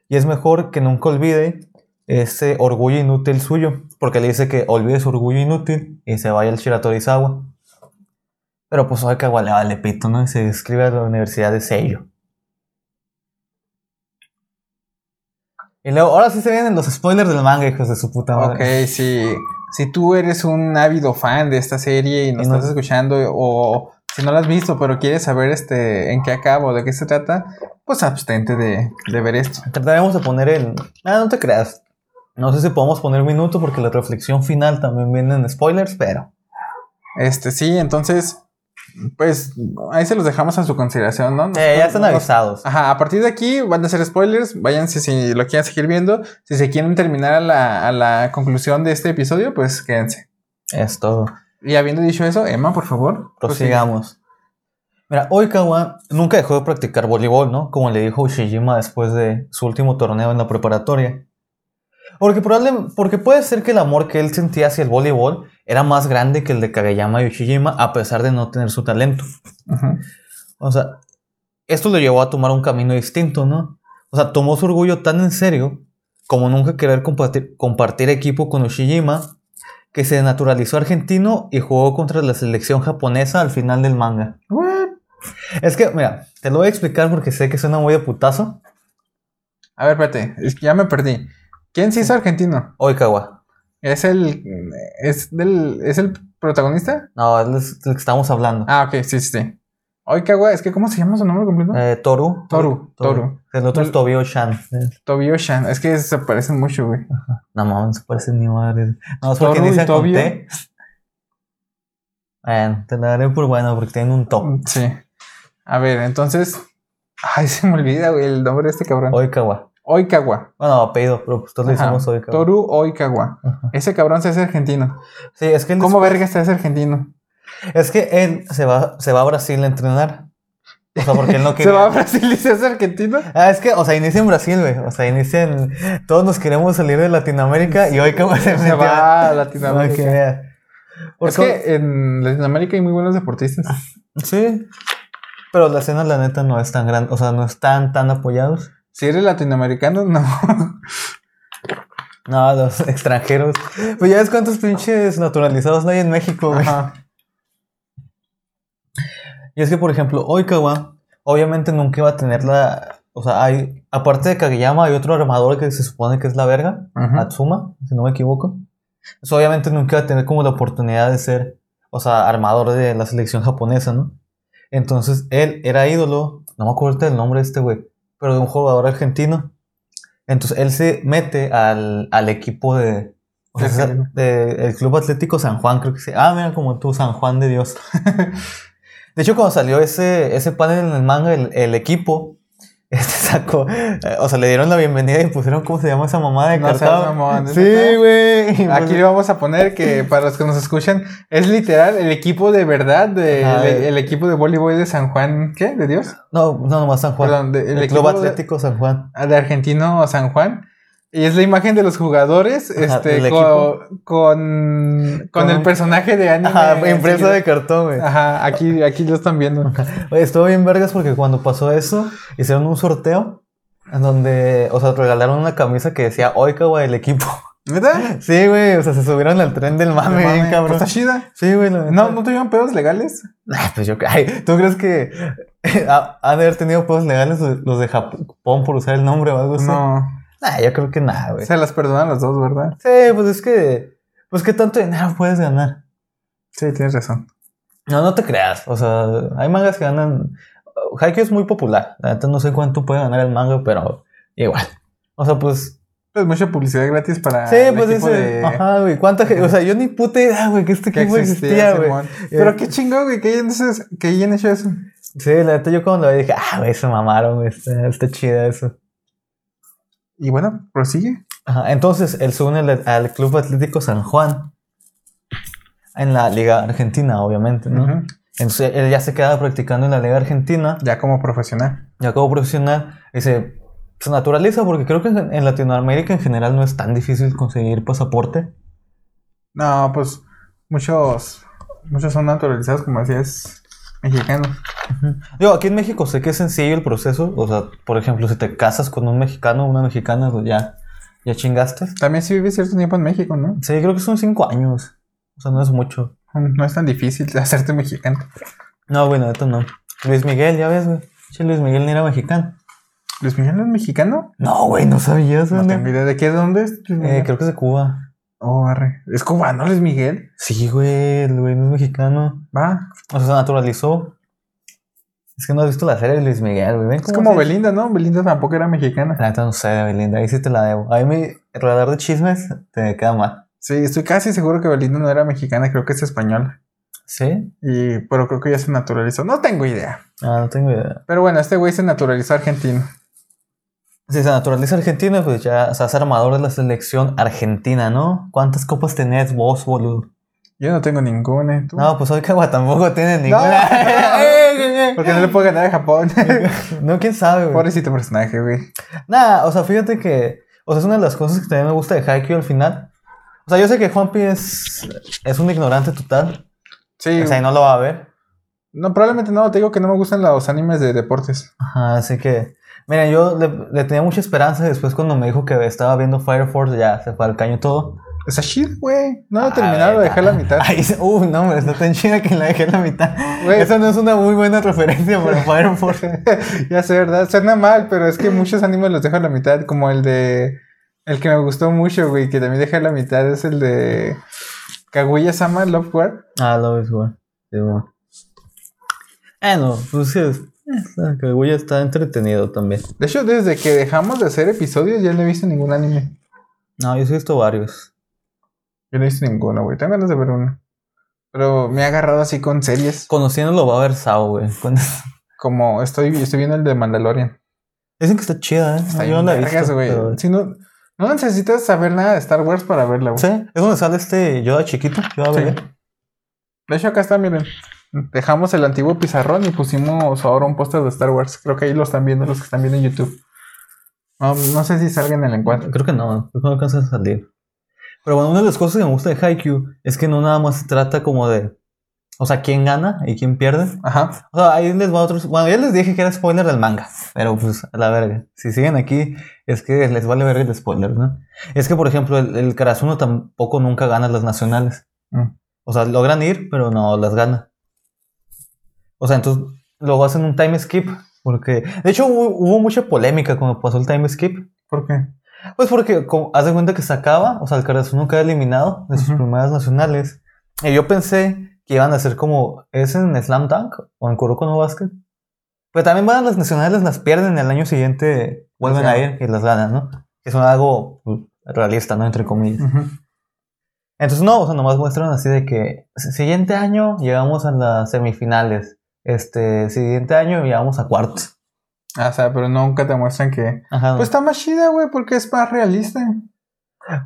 A: Y es mejor que nunca olvide ese orgullo inútil suyo, porque le dice que olvide su orgullo inútil y se vaya al Shiratorizawa. Pero pues Oikawa le vale pito, ¿no? Y se inscribe a la Universidad de Sello. Y luego, ahora sí se vienen los spoilers del manga, hijos de su puta madre.
B: Ok, sí. Si tú eres un ávido fan de esta serie y nos
A: Y no-
B: estás escuchando o si no la has visto pero quieres saber este en qué acaba o de qué se trata, pues abstente de, de ver esto.
A: Trataremos de poner el. Ah, no te creas. No sé si podemos poner un minuto porque la reflexión final también viene en spoilers, pero.
B: Este, sí, entonces, pues ahí se los dejamos a su consideración, ¿no?
A: Eh, ya están
B: Nos-
A: avisados.
B: Ajá, a partir de aquí van a ser spoilers. Váyanse si lo quieren seguir viendo. Si se quieren terminar a la, a la conclusión de este episodio, pues quédense.
A: Es todo.
B: Y habiendo dicho eso, Emma, por favor.
A: Prosigamos. Mira, Oikawa nunca dejó de practicar voleibol, ¿no? Como le dijo Ushijima después de su último torneo en la preparatoria. Porque, probable, porque puede ser que el amor que él sentía hacia el voleibol era más grande que el de Kageyama y Ushijima, a pesar de no tener su talento.
B: prosigue. Ajá.
A: O sea, esto lo llevó a tomar un camino distinto, ¿no? O sea, tomó su orgullo tan en serio como nunca querer compartir, compartir equipo con Ushijima, que se naturalizó argentino y jugó contra la selección japonesa al final del manga.
B: What?
A: Es que, mira, te lo voy a explicar porque sé que suena muy de putazo.
B: A ver, espérate. es que ya me perdí. ¿Quién sí es argentino?
A: Oikawa.
B: ¿Es el,
A: Mm.
B: es del, ¿Es el protagonista?
A: No, es lo- lo que estamos hablando.
B: Ah, ok, sí, sí, sí. Oikawa, es que ¿cómo se llama su nombre completo?
A: Eh, Toru.
B: Toru, Toru.
A: El otro es Tobio-chan. Eh,
B: Tobio-chan. Es que se parecen mucho, güey.
A: No mames, no se parecen ni madre. No, es porque
B: Toru y
A: dicen con
B: Tobio.
A: T. Bueno, te la daré por bueno porque tienen un top.
B: Sí. A ver, entonces. Ay, se me olvida, güey, el nombre de este cabrón.
A: Oikawa.
B: Oikawa.
A: Bueno, apellido, pero pues todos le
B: Ajá,
A: decimos Oikawa.
B: Toru Oikawa.
A: Ajá.
B: Ese cabrón se hace argentino.
A: Sí, es que, él,
B: ¿Cómo verga se hace argentino?
A: es que él se va, se va a Brasil a entrenar. O sea, porque él no
B: ¿Se
A: quería.
B: va a Brasil y se hace argentino?
A: Ah, es que, o sea, inicia en Brasil, güey. O sea, inicia en... Todos nos queremos salir de Latinoamérica y Oikawa se
B: Se
A: metió-
B: va a
A: No, que
B: Latinoamérica.
A: vea.
B: Es
A: Porque-
B: que en Latinoamérica hay muy buenos deportistas.
A: Sí. Pero la escena, la neta, no es tan grande. O sea, no están tan apoyados.
B: Si eres latinoamericano, no.
A: No, los extranjeros. Pues ya ves cuántos pinches naturalizados no hay en México, güey.
B: Ajá.
A: Y es que, por ejemplo, Oikawa, obviamente nunca iba a tener la. O sea, hay. Aparte de Kageyama, hay otro armador que se supone que es la verga,
B: Ajá.
A: Atsuma, si no me equivoco. Entonces, obviamente nunca iba a tener como la oportunidad de ser, o sea, armador de la selección japonesa, ¿no? Entonces, él era ídolo, no me acuerdo ahorita el nombre de este güey, pero de un jugador argentino. Entonces, él se mete al, al equipo de. o sea,
B: Argentino.
A: de- el Club Atlético San Juan, creo que sí. Ah, mira, como tú, San Juan de Dios. De hecho, cuando salió ese, ese panel en el manga, el, el equipo este sacó, eh, o sea, le dieron la bienvenida y pusieron, ¿cómo se llama esa mamada de
B: No seas
A: cartón?
B: mamón, ¿neta?
A: Sí, güey.
B: Aquí le vamos a poner que para los que nos escuchan, es literal el equipo de verdad, de-
A: Ajá. eh.
B: el, el equipo de voleibol de San Juan, ¿qué? ¿De Dios?
A: No, no, nomás San Juan.
B: Perdón, de-
A: el,
B: el
A: Club
B: equipo de-
A: Atlético San Juan.
B: de Argentino San Juan. Y es la imagen de los jugadores
A: Ajá,
B: este,
A: del
B: co- con, con,
A: Con-
B: el personaje de anime.
A: Ajá, impreso Ah, de cartón, güey.
B: Ajá, aquí, aquí lo están viendo.
A: Oye, Estuvo bien vergas porque cuando pasó eso, hicieron un sorteo En donde, o sea, regalaron una camisa que decía Oikawa el equipo.
B: ¿Verdad?
A: Sí, güey, o sea, se subieron al tren del mame,
B: Mame,
A: bien
B: pues
A: Ah, cabrón.
B: Está chida.
A: Sí, güey, la neta.
B: No, ¿no tuvieron pedos legales?
A: Ah, pues yo, ay, ¿tú crees que ha- han de haber tenido pedos legales los de Japón por usar el nombre o algo así?
B: No.
A: Nah, yo creo que nada, güey.
B: Se las perdonan los dos, ¿verdad?
A: Sí, pues es que, pues qué tanto dinero puedes ganar.
B: Sí, tienes razón.
A: No, no te creas. O sea, hay mangas que ganan. Haikyuu es muy popular. La neta no sé cuánto puede ganar el manga, pero igual. O sea, pues.
B: Pues mucha publicidad gratis para.
A: sí,
B: Ah, el
A: pues
B: equipo
A: ese.
B: de-
A: Ajá, güey. ¿Cuánta gente? O sea, yo ni puta idea, güey, que este
B: que
A: equipo existía,
B: existía,
A: güey.
B: Simón. Eh, Pero qué chingón, güey, que hayan, hecho- que hayan hecho eso.
A: Sí, la neta yo cuando lo vi dije, ah, güey, se mamaron, güey. Está, está chida eso.
B: Y bueno, prosigue.
A: Ajá, entonces él se une al, al Club Atlético San Juan. En la Liga Argentina, obviamente, ¿no?
B: Ujú.
A: Entonces él ya se queda practicando en la Liga Argentina.
B: Ya como profesional.
A: ya como profesional, y se, se naturaliza porque creo que en, en Latinoamérica en general no es tan difícil conseguir pasaporte.
B: No, pues muchos, muchos son naturalizados, como decías, mexicanos.
A: Yo aquí en México sé que es sencillo el proceso, o sea, por ejemplo, si te casas con un mexicano o una mexicana, pues ya, ya chingaste.
B: También sí vive cierto tiempo en México, ¿no?
A: Sí, creo que son cinco años, o sea, no es mucho.
B: No es tan difícil hacerte mexicano.
A: No, bueno, esto no. Luis Miguel, ya ves, güey. Che, Luis Miguel ni era mexicano.
B: ¿Luis Miguel no es mexicano?
A: No, güey, no sabías,
B: No
A: güey.
B: tengo idea de qué, de dónde es. Luis
A: Eh,
B: Miguel?
A: creo que es de Cuba.
B: Oh, arre. ¿Es cubano Luis Miguel?
A: Sí, güey, el güey no es mexicano.
B: Va.
A: O sea, se naturalizó. Es que no has visto la serie de Luis Miguel, güey. ¿Ven
B: Es
A: cómo
B: como
A: se-
B: Belinda, ¿no? Belinda tampoco era mexicana.
A: La neta no sé, Belinda, ahí sí te la debo. A mí mi radar de chismes te queda mal.
B: Sí, estoy casi seguro que Belinda no era mexicana, creo que es española.
A: ¿Sí?
B: Y, pero creo que ya se naturalizó. No tengo idea.
A: Ah, no tengo idea.
B: Pero bueno, este güey se naturalizó argentino.
A: Si se naturaliza argentino, pues ya o sea, es armador de la selección argentina, ¿no? ¿Cuántas copas tenés vos, boludo?
B: Yo no tengo ninguna. ¿tú?
A: No, pues hoy Cagua tampoco tiene
B: no.
A: ninguna.
B: Porque no le puedo ganar a Japón.
A: no, quién sabe, güey.
B: Pobrecito personaje, güey.
A: Nada, o sea, fíjate que. O sea, es una de las cosas que también me gusta de Haikyuu al final. O sea, yo sé que Juanpi es, es un ignorante total.
B: Sí.
A: O sea, y no lo va a ver.
B: No, probablemente no. Te digo que no me gustan los animes de deportes.
A: Ajá, así que. Miren, yo le, le tenía mucha esperanza y después cuando me dijo que estaba viendo Fire Force ya se fue al caño todo.
B: Está shit, güey. No lo
A: Ah,
B: he terminado, lo dejé a la
A: ah,
B: mitad.
A: Ahí se- uh, no, hombre, está tan chida que la dejé en la mitad.
B: Güey.
A: Esa no es una muy buena referencia para Fire Force.
B: ya sé, ¿verdad? Suena mal, pero es que muchos animes los dejo a la mitad, como el de. El que me gustó mucho, güey, que también dejé a la mitad, es el de. Kaguya Sama Love War.
A: ah, Love is War. Sí, bueno. Ah, no, pues sí, es- esa Kaguya está entretenido también.
B: De hecho, desde que dejamos de hacer episodios, ya no he visto ningún anime.
A: No, yo sí he visto varios.
B: Yo no he visto ninguno, güey. Tengo ganas de ver uno. Pero me he agarrado así con series.
A: Conociéndolo va a ver Sao, güey. Con-
B: Como estoy, estoy viendo el de Mandalorian.
A: Dicen que está chida, ¿eh?
B: Está
A: yo no
B: bien
A: la he
B: vergas,
A: visto,
B: güey.
A: pero-
B: Si no, no necesitas saber nada de Star Wars para verla, güey.
A: Sí, es donde sale este Yoda chiquito, Yoda
B: Sí.
A: bebé.
B: De hecho, acá está, miren. Dejamos el antiguo pizarrón y pusimos ahora un póster de Star Wars. Creo que ahí lo están viendo los que están viendo en YouTube. No, no sé si salgan en el encuentro.
A: Creo que no, creo que no alcanza a salir. Pero bueno, una de las cosas que me gusta de Haikyuu es que no nada más se trata como de. O sea, quién gana y quién pierde.
B: Ajá.
A: O sea, ahí les va otros. Bueno, ya les dije que era spoiler del manga. Pero pues, a la verga. Si siguen aquí, es que les vale verga el spoiler, ¿no? Es que, por ejemplo, el, el Karasuno tampoco nunca gana las nacionales.
B: Mm.
A: O sea, logran ir, pero no las gana. O sea, entonces luego hacen un time skip. Porque. De hecho, hubo, hubo mucha polémica cuando pasó el time skip.
B: ¿Por qué?
A: Pues porque como, haz de cuenta que se acaba, o sea, el Cardazono queda eliminado de sus
B: Ujú.
A: primeras nacionales. Y yo pensé que iban a ser como, ¿es en Slam Dunk o en Kuroko no Basket? Pero también van a las nacionales, las pierden y al año siguiente, vuelven
B: Las
A: a ir y las ganan, ¿no? Que son algo pues, realista, ¿no? Entre comillas.
B: Ujú.
A: Entonces, no, o sea, nomás muestran así de que "S- siguiente año llegamos a las semifinales, este, siguiente año llegamos a cuartos.
B: Ah, o sea, pero nunca te muestran que.
A: Ajá.
B: Pues está más chida, güey, porque es más realista.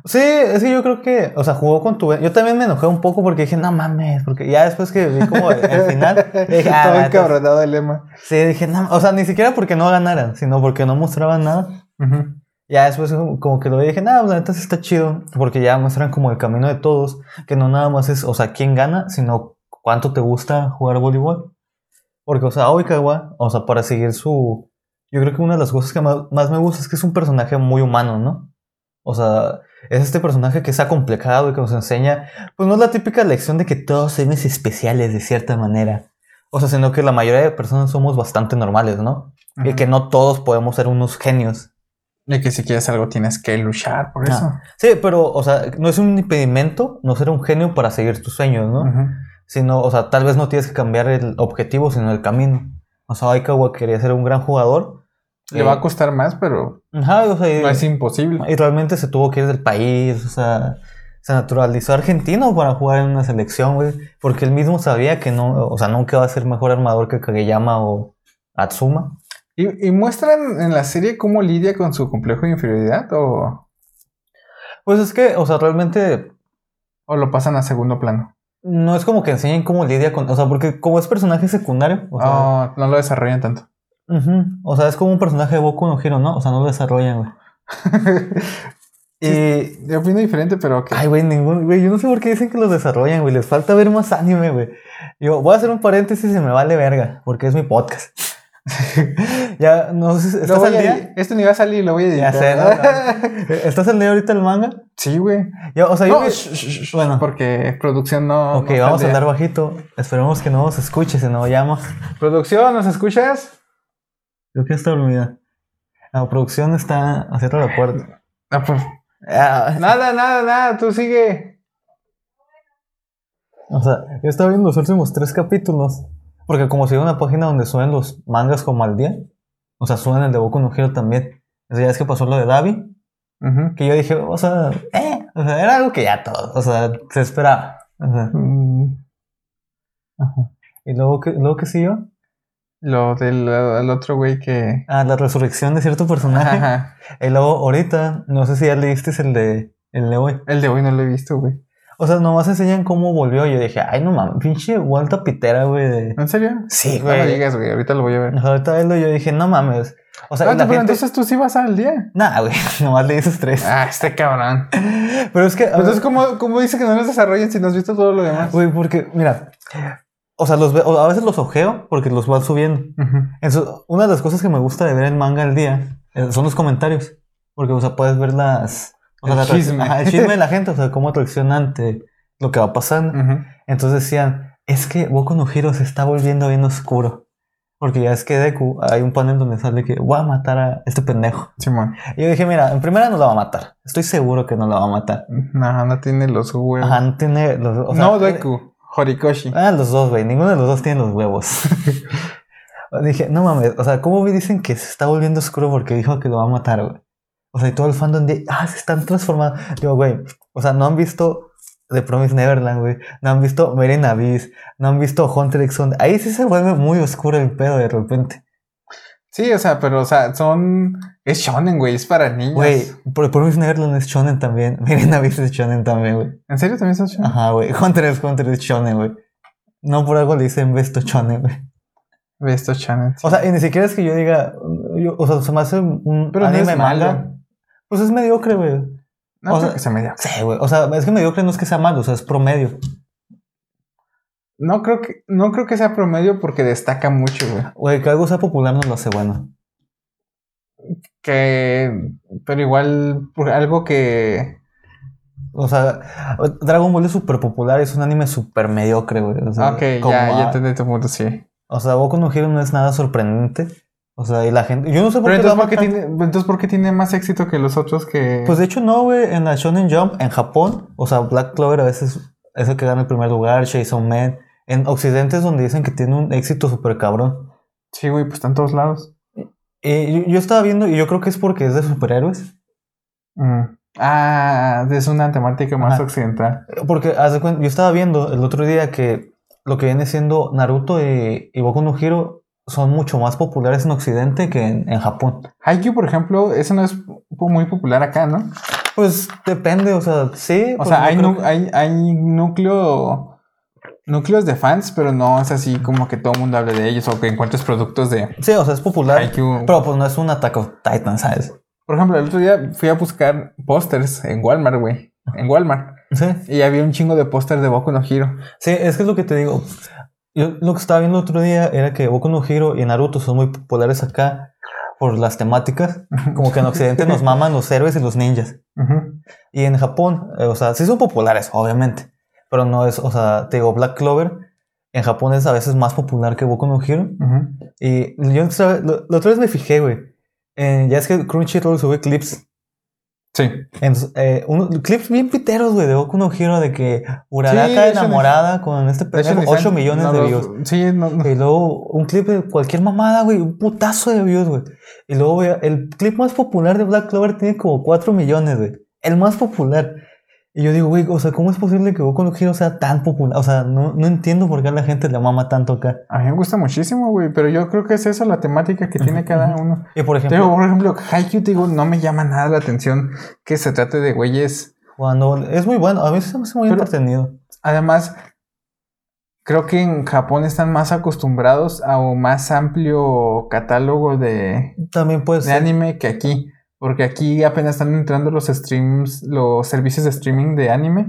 A: Sí, es que yo creo que, o sea, jugó con tu... Yo también me enojé un poco porque dije, no mames, porque ya después que vi como el, el final, dije, ah,
B: Todo
A: la neta,
B: encabronado el lema.
A: sí, dije, no, o sea, ni siquiera porque no ganaran, sino porque no mostraban nada.
B: Ujú.
A: Ya después como- como que lo vi, dije, nada, la neta sí está chido, porque ya muestran como el camino de todos, que no nada más es, o sea, quién gana, sino cuánto te gusta jugar voleibol. Porque, o sea, Oikawa, o sea, para seguir su, yo creo que una de las cosas que ma- más me gusta es que es un personaje muy humano, ¿no? O sea, es este personaje que está complicado y que nos enseña, pues no es la típica lección de que todos somos especiales de cierta manera. O sea, sino que la mayoría de personas somos bastante normales, ¿no? Y
B: Ajá.
A: que no todos podemos ser unos genios.
B: Y que si quieres algo tienes que luchar por
A: Ah,
B: eso.
A: Sí, pero, o sea, no es un impedimento no ser un genio para seguir tus sueños, ¿no?
B: Ujú.
A: Sino, o sea, tal vez no tienes que cambiar el objetivo, sino el camino. O sea, Aikawa quería ser un gran jugador. Eh,
B: Le va a costar más, pero
A: Ajá, o sea, y,
B: no es imposible.
A: y realmente se tuvo que ir del país, o sea, se naturalizó argentino para jugar en una selección, güey. Porque él mismo sabía que no, o sea, nunca va a ser mejor armador que Kageyama o Atsuma.
B: ¿Y, y muestran en la serie cómo lidia con su complejo de inferioridad o,
A: Pues es que, o sea, realmente
B: o lo pasan a segundo plano?
A: no es como que enseñen cómo lidia con, o sea, porque como es personaje secundario, o sea,
B: Oh, no lo desarrollan tanto.
A: Ujú. O sea, es como un personaje de Boku no Hero, ¿no? O sea, no lo desarrollan, güey. Y...
B: Eh, Yo opino diferente, pero ok.
A: Ay, güey, ningún... Güey, yo no sé por qué dicen que los desarrollan, güey. Les falta ver más anime, güey. Yo voy a hacer un paréntesis y me vale verga, porque es mi podcast. ya, no sé si...
B: Lo
A: ¿Estás
B: voy
A: al
B: a
A: día?
B: edi- Esto ni va a salir, lo voy a
A: Ya
B: editar.
A: sé, no, ¿Estás al día ahorita el manga?
B: sí, güey.
A: Yo, o sea, yo...
B: No,
A: vi-
B: sh- sh- sh-
A: Bueno.
B: Porque producción no.
A: Ok,
B: no
A: vamos a
B: sale.
A: hablar bajito. Esperemos que no nos escuche, si no llama.
B: Producción, ¿nos escuchas?
A: Creo que está dormida. La producción está... Cierra la puerta.
B: Ah, pues,
A: Ah,
B: Nada, nada, nada, tú sigue.
A: O sea, yo estaba viendo los últimos tres capítulos. Porque como sigo una página donde suben los mangas como al día. O sea, suben el de Boku no Hero también. O sea, ya es que pasó lo de Davi.
B: Ujú.
A: Que yo dije, o sea, eh. O sea, era algo que ya todo. O sea, se esperaba. O sea,
B: Mm,
A: ajá. Y luego que, luego que siguió.
B: Lo del el otro güey que.
A: Ah, la resurrección de cierto personaje.
B: Ajá.
A: Y luego ahorita, no sé si ya leíste el de, el de hoy.
B: El de hoy no lo he visto, güey.
A: O sea, nomás enseñan cómo volvió. Yo dije, ay, no mames, pinche Walta Pitera, güey. de-
B: ¿En serio?
A: Sí,
B: No lo
A: güey.
B: digas, güey. Ahorita lo voy a ver.
A: O sea, ahorita verlo, yo dije, no mames. O sea,
B: Ah,
A: y
B: tú,
A: la
B: pero
A: gente-
B: entonces tú sí vas al día.
A: Nah, güey, nomás leí esos tres.
B: Ah, este cabrón.
A: Pero es que, a
B: Entonces,
A: ver,
B: ¿cómo, cómo dice que no nos desarrollen si no has visto todo lo demás?
A: güey, porque, mira, o sea, los ve- o a veces los ojeo porque los van subiendo.
B: Ujú.
A: Entonces, una de las cosas que me gusta de ver el manga al día eh, son los comentarios. Porque, o sea, puedes ver las. O sea,
B: El
A: la reacc-
B: chisme.
A: Ajá, el chisme de la gente, o sea, cómo reaccionan ante lo que va pasando.
B: Ujú.
A: Entonces decían, es que Boku no Hero se está volviendo bien oscuro. Porque ya es que Deku, hay un panel donde sale que va a matar a este pendejo.
B: Simón.
A: Y yo dije, mira, en primera no la va a matar. Estoy seguro que no la va a matar.
B: No, no tiene los huevos.
A: Ajá, no tiene los o sea, eh,
B: no, Deku. Horikoshi.
A: Ah, los dos, güey. Ninguno de los dos tiene los huevos. Dije, no mames, o sea, ¿cómo me dicen que se está volviendo oscuro porque dijo que lo va a matar, güey? O sea, y todo el fandom de, ah, se están transformando. Digo, güey, o sea, no han visto The Promise Neverland, güey. No han visto Meren Abyss. No han visto Hunter x Hunter. Ahí sí se vuelve muy oscuro el pedo de repente.
B: Sí, o sea, pero, o sea, son. Es shonen, güey. Es para niños.
A: Güey, The Promise Neverland es shonen también. Meren Abyss es shonen también, güey.
B: ¿En serio también son shonen?
A: Ajá, güey. Hunter x Hunter es shonen, güey. No por algo le dicen besto shonen, güey.
B: Ve estos shonen.
A: O sea, y ni siquiera es que yo diga, yo- o sea, se me hace un
B: Pero no
A: anime
B: es malo.
A: manga. Pues es mediocre, güey.
B: no
A: o
B: creo
A: sea-
B: que sea medio.
A: Sí, güey. O sea, es que mediocre no es que sea malo, o sea, es promedio.
B: No creo que, no creo que sea promedio porque destaca mucho, güey.
A: Güey, que algo sea popular no lo hace bueno.
B: Que. Pero igual, por algo que.
A: O sea, Dragon Ball es súper popular, es un anime súper mediocre, güey. O sea,
B: ok,
A: como
B: ya, ya
A: a-
B: entendí tu punto, sí.
A: O sea, Boku no Hero no es nada sorprendente. O sea, y Pues la gente. Yo no sé por
B: Pero
A: qué. lo
B: entonces, ¿por
A: aman
B: qué
A: tanto.
B: tiene, entonces, ¿por qué tiene más éxito que los otros que...?
A: Pues de hecho, no, güey. En la Shonen Jump, en Japón, o sea, Black Clover a veces es el que gana el primer lugar, Jason Man. En Occidente es donde dicen que tiene un éxito súper cabrón.
B: sí, güey, pues está en todos lados.
A: Eh, yo, yo estaba viendo, y yo creo que es porque es de superhéroes.
B: Mm. Ah, es una temática más
A: Ajá.
B: occidental.
A: Porque haz de cuen- yo estaba viendo el otro día que lo que viene siendo Naruto y, y Boku no Hero son mucho más populares en Occidente que en, en Japón.
B: Haikyuu, por ejemplo, eso no es po- muy popular acá, ¿no?
A: Pues depende, o sea, sí.
B: O
A: pues,
B: sea,
A: yo
B: hay,
A: creo
B: nu-
A: que-
B: hay, hay núcleo, núcleos de fans, pero no es así como que todo el mundo hable de ellos o que encuentres productos de
A: Sí, o sea, es popular.
B: Haikyuu.
A: Pero pues no es un Attack of Titan, ¿sabes?
B: Por ejemplo, el otro día fui a buscar pósters en Walmart, güey. En Walmart.
A: Sí.
B: Y había un chingo de pósters de Boku no Hero.
A: Sí, es que es lo que te digo. Yo lo que estaba viendo el otro día era que Boku no Hero y Naruto son muy populares acá. por las temáticas. Como que en Occidente nos maman los héroes y los ninjas.
B: Ujú.
A: Y en Japón, eh, o sea, sí son populares, obviamente. Pero no es, o sea, te digo, Black Clover en Japón es a veces más popular que Boku no Hero.
B: Ujú.
A: Y yo, ¿sabes? Lo- la otra vez me fijé, güey. en- ya es que Crunchyroll sube clips.
B: Sí.
A: Entonces, eh, unos- clips bien piteros, güey, de Boku no Hero, de que Uraraka
B: Sí, eso ni-
A: enamorada con este
B: De hecho,
A: pendejo,
B: ni
A: 8
B: saben-
A: millones
B: no
A: de
B: lo-
A: views.
B: Sí, no, no.
A: Y luego un clip de cualquier mamada, güey, un putazo de views, güey. Y luego, güey, el clip más popular de Black Clover tiene como 4 millones, güey. El más popular. Y yo digo, güey, o sea, ¿cómo es posible que Boku no Hero sea tan popular? O sea, no, no entiendo por qué a la gente le mama tanto acá.
B: A mí me gusta muchísimo, güey, pero yo creo que es eso la temática que tiene cada uno.
A: Y por
B: Te
A: ejemplo,
B: digo, por ejemplo, Haikyuu, te digo, no me llama nada la atención que se trate de güeyes.
A: cuando es muy bueno, a mí se me hace muy
B: Pero-
A: entretenido.
B: Además, creo que en Japón están más acostumbrados a un más amplio catálogo de,
A: También puede
B: de
A: ser.
B: anime que aquí. Porque aquí apenas están entrando los streams, los servicios de streaming de anime.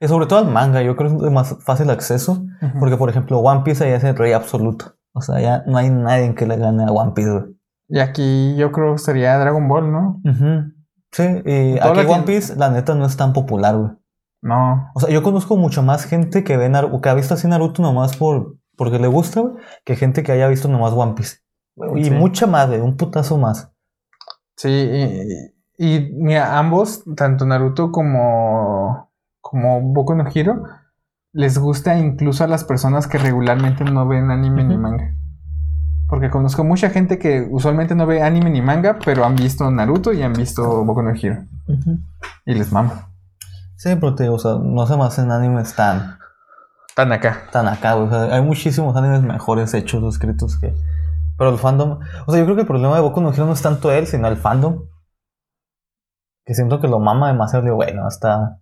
A: Y sobre todo al manga, yo creo que es más fácil acceso. Porque, por ejemplo, One Piece ya es el rey absoluto. O sea, ya no hay nadie que le gane a One Piece, güey.
B: Y aquí yo creo que sería Dragon Ball, ¿no?
A: Ujú. Sí, y
B: Todo
A: aquí
B: lo que-
A: One Piece, la neta, no es tan popular, güey.
B: No.
A: O sea, yo conozco mucho más gente que ve Naruto, que ha visto así Naruto nomás por, porque le gusta, güey, que gente que haya visto nomás One Piece. Y
B: Sí.
A: mucha más, güey, un putazo más.
B: Sí, y, y mira, ambos, tanto Naruto como, como Boku no Hero, les gusta incluso a las personas que regularmente no ven anime ni
A: Ujú.
B: manga. Porque conozco mucha gente que usualmente no ve anime ni manga, pero han visto Naruto y han visto Boku no Hero. Y les mamo.
A: Sí, pero te digo, o sea, no se me hacen animes tan,
B: Están acá.
A: tan acá, güey. O sea, hay muchísimos animes mejores hechos, escritos que. Pero el fandom. O sea, yo creo que el problema de Boku no Hero no es tanto él, sino el fandom. Que siento que lo mama demasiado. Digo, bueno, hasta.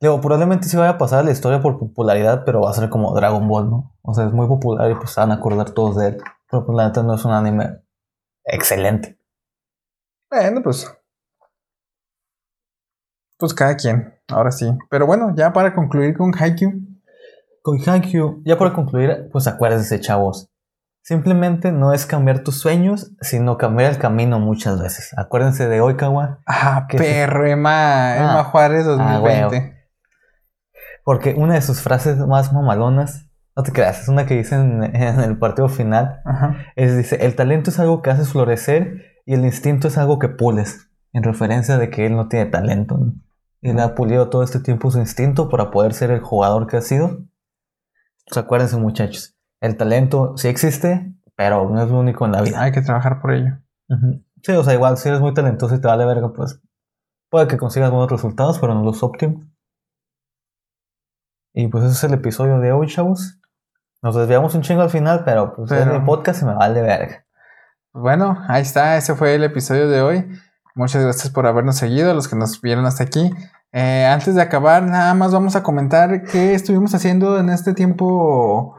A: Digo, probablemente sí vaya a pasar a la historia por popularidad, pero va a ser como Dragon Ball, ¿no? O sea, es muy popular y pues se van a acordar todos de él. Pero pues la neta no es un anime excelente.
B: Bueno, pues. Pues cada quien, ahora sí. Pero bueno, ya para concluir con Haikyuu.
A: Con Haikyuu, ya para concluir, pues acuérdense, chavos. Simplemente no es cambiar tus sueños, sino cambiar el camino muchas veces. Acuérdense de Oikawa,
B: Ah,
A: ¿Qué?
B: perro, Emma,
A: Ah.
B: Emma Juárez
A: Ah, güey.
B: 2020.
A: Porque una de sus frases más mamalonas, no te creas, es una que dicen en el partido final,
B: Ajá.
A: es dice, el talento es algo que haces florecer y el instinto es algo que pules, en referencia de que él no tiene talento. ¿no? Él ha pulido todo este tiempo su instinto para poder ser el jugador que ha sido. Pues acuérdense muchachos, el talento sí existe, pero no es lo único en la vida.
B: Hay que trabajar por ello.
A: Ujú. Sí, o sea, igual si eres muy talentoso y te vale verga, pues puede que consigas buenos resultados, pero no los óptimos. Y pues ese es el episodio de hoy, chavos. Nos desviamos un chingo al final, pero pues
B: Pero-
A: es mi podcast y me vale verga.
B: Bueno, ahí está, ese fue el episodio de hoy. Muchas gracias por habernos seguido, los que nos vieron hasta aquí. Eh, antes de acabar, nada más vamos a comentar qué estuvimos haciendo en este tiempo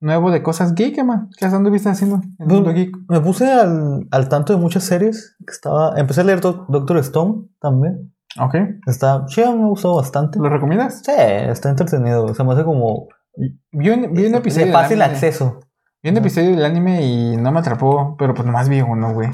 B: nuevo de cosas geek, Emma. ¿Qué anduviste haciendo
A: Pues,
B: en el mundo geek?
A: Me puse al, al tanto de muchas series que estaba. Empecé a leer Doc- Doctor Stone también.
B: Ok,
A: Está chido, me gustó bastante.
B: ¿lo recomiendas?
A: Sí, está entretenido. Se me hace como
B: Vi un, vi un episodio.
A: de
B: del
A: fácil
B: anime.
A: acceso.
B: Vi un episodio del anime y no me atrapó, pero pues nomás vi uno, güey.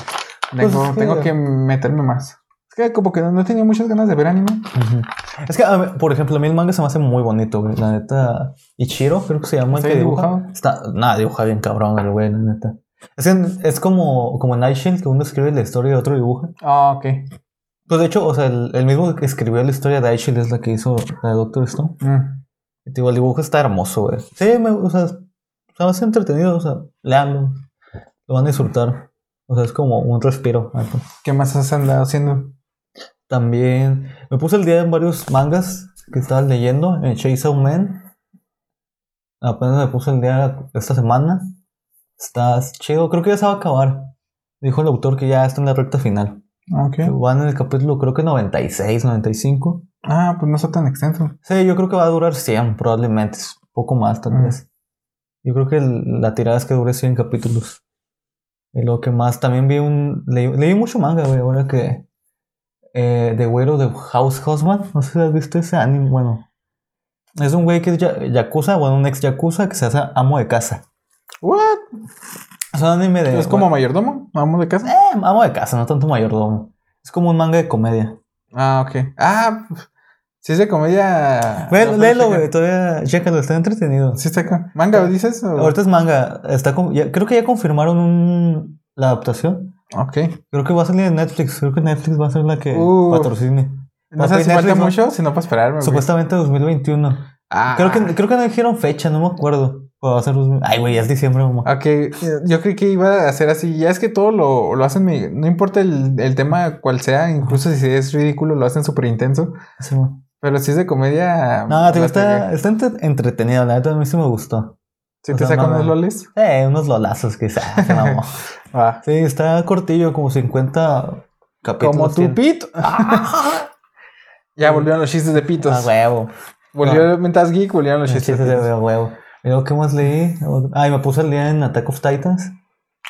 A: Pues
B: Tengo,
A: es que-
B: tengo que meterme más. Es que como que no, no tenía muchas ganas de ver anime.
A: Ujú. Es que, a mí, por ejemplo, a mí el manga se me hace muy bonito, güey. La neta. Ichiro, creo que se llama el
B: ¿Está
A: que
B: bien
A: dibuja.
B: dibujado?
A: Está, nada, dibuja bien cabrón el güey, la neta. Es, en- es como, como Night Shield, que uno escribe la historia y otro dibuja.
B: Ah, ok.
A: Pues de hecho, o sea, el, el mismo que escribió la historia de Night Shield es la que hizo la de Doctor Stone.
B: Mm.
A: Y te digo, el dibujo está hermoso, güey. Sí, me, o sea, se me hace entretenido, o sea, leanlo. Lo van a disfrutar. O sea, es como un respiro. ah, pues.
B: ¿Qué más has andado haciendo?
A: También me puse el día en varios mangas que estaba leyendo. En Chase of Man. Apenas me puse el día esta semana. Está chido. Creo que ya se va a acabar. Dijo el autor que ya está en la recta final.
B: Ok.
A: Van en el capítulo creo que 96, 95.
B: Ah, pues no está tan extenso.
A: Sí, yo creo que va a durar 100 probablemente. es Un poco más tal
B: Mm.
A: vez. Yo creo que el- la tirada es que dure 100 capítulos. Y lo que más, también vi un... Leí, leí mucho manga, güey, ahora que... Eh, The Güero de House Husband. No sé si has visto ese anime, bueno. Es un güey que es ya- yakuza, bueno, un ex yakuza que se hace amo de casa.
B: Eh, ¿What?
A: Es un anime de.
B: ¿Es como mayordomo? ¿Vamos de casa?
A: Eh, amo de casa, no tanto mayordomo. Es como un manga de comedia.
B: Ah, ok. Ah, pf, si es de comedia.
A: Ve,
B: no, pero
A: léelo,
B: checa.
A: güey. Todavía, chécalo, está entretenido.
B: Sí, está acá. ¿Manga dices? o-
A: Ahorita es manga. Está con- ya- creo que ya confirmaron un- la adaptación.
B: Ok.
A: Creo que va a salir en Netflix. Creo que Netflix va a ser la que
B: Uh.
A: patrocine.
B: No
A: Papá
B: sé
A: y
B: si falta
A: Netflix, ¿no?
B: mucho, si no para esperarme. güey.
A: Supuestamente 2021.
B: Ah,
A: Creo, que, creo que no dijeron fecha, no me acuerdo. Pero va a ser 2000. Ay, güey, ya es diciembre, mamá.
B: Ah, Ok, yo creí que iba a ser así. Ya es que todo lo, lo hacen, mi- no importa el, el tema cual sea, incluso si es ridículo, lo hacen súper intenso.
A: Sí, ma.
B: Pero si es de comedia.
A: no, te
B: la
A: gusta,
B: pegué.
A: está entre- entretenido, la neta, a mí sí me gustó.
B: Si
A: o
B: te
A: sea,
B: sacan
A: no,
B: los
A: no.
B: lolis.
A: Eh, unos lolazos que se ah, se mamó.
B: Va.
A: Sí, está cortillo, como 50 capítulos.
B: Como tu
A: tiene.
B: Ah, pito. ya volvieron los chistes de pitos.
A: Ah, huevo. Ah.
B: Volvió Mentas Geek, volvieron los
A: Los
B: chistes.
A: chistes
B: de
A: de
B: pitos.
A: huevo. Y luego, ¿qué más leí? Ay, me puse el día en Attack of Titans.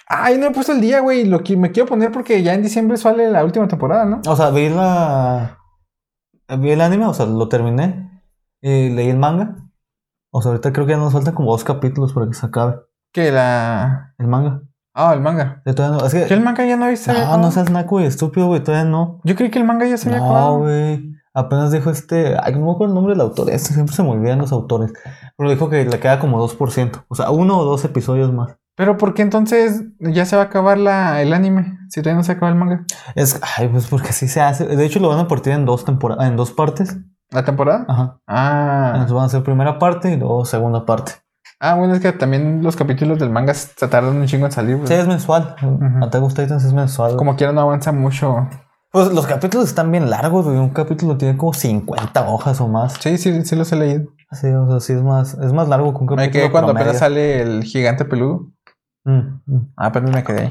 B: Ay, no he puesto el día, güey. Lo que me quiero poner porque ya en diciembre sale la última temporada, ¿no?
A: O sea, vi la. Vi el anime, o sea, lo terminé. Y leí el manga. O sea, ahorita creo que ya nos faltan como dos capítulos para que se acabe
B: Que la.
A: el manga.
B: Ah, el manga.
A: Yo todavía no. Es
B: Yo
A: que. ah,
B: el manga ya no hice.
A: No, no seas naco y estúpido, güey. Todavía no.
B: Yo creí que el manga ya se había
A: No,
B: acabado.
A: güey. Apenas dijo este. Ay, no me acuerdo el nombre del autor. Este siempre se me olvidan los autores. Pero dijo que le queda como 2%. O sea, uno o dos episodios más.
B: Pero ¿por qué entonces ya se va a acabar la, el anime? Si todavía no se acaba el manga.
A: Es. Ay, pues porque así se hace. De hecho, lo van a partir en dos temporadas. En dos partes.
B: ¿La temporada?
A: Ajá.
B: Ah.
A: Entonces van a hacer primera parte y luego segunda parte.
B: Ah, bueno, es que también los capítulos del manga se tardan un chingo en salir. güey.
A: Sí, es mensual. Attack of Titans es mensual. güey.
B: Como quiera no avanza mucho.
A: Pues los capítulos están bien largos, güey. Un capítulo tiene como 50 hojas o más.
B: Sí, sí, sí los he leído.
A: Sí, o sea, sí es más, es más largo que un capítulo.
B: Me quedé cuando
A: promedio.
B: apenas sale el gigante peludo.
A: Mm, mm.
B: Ah, apenas me quedé ahí.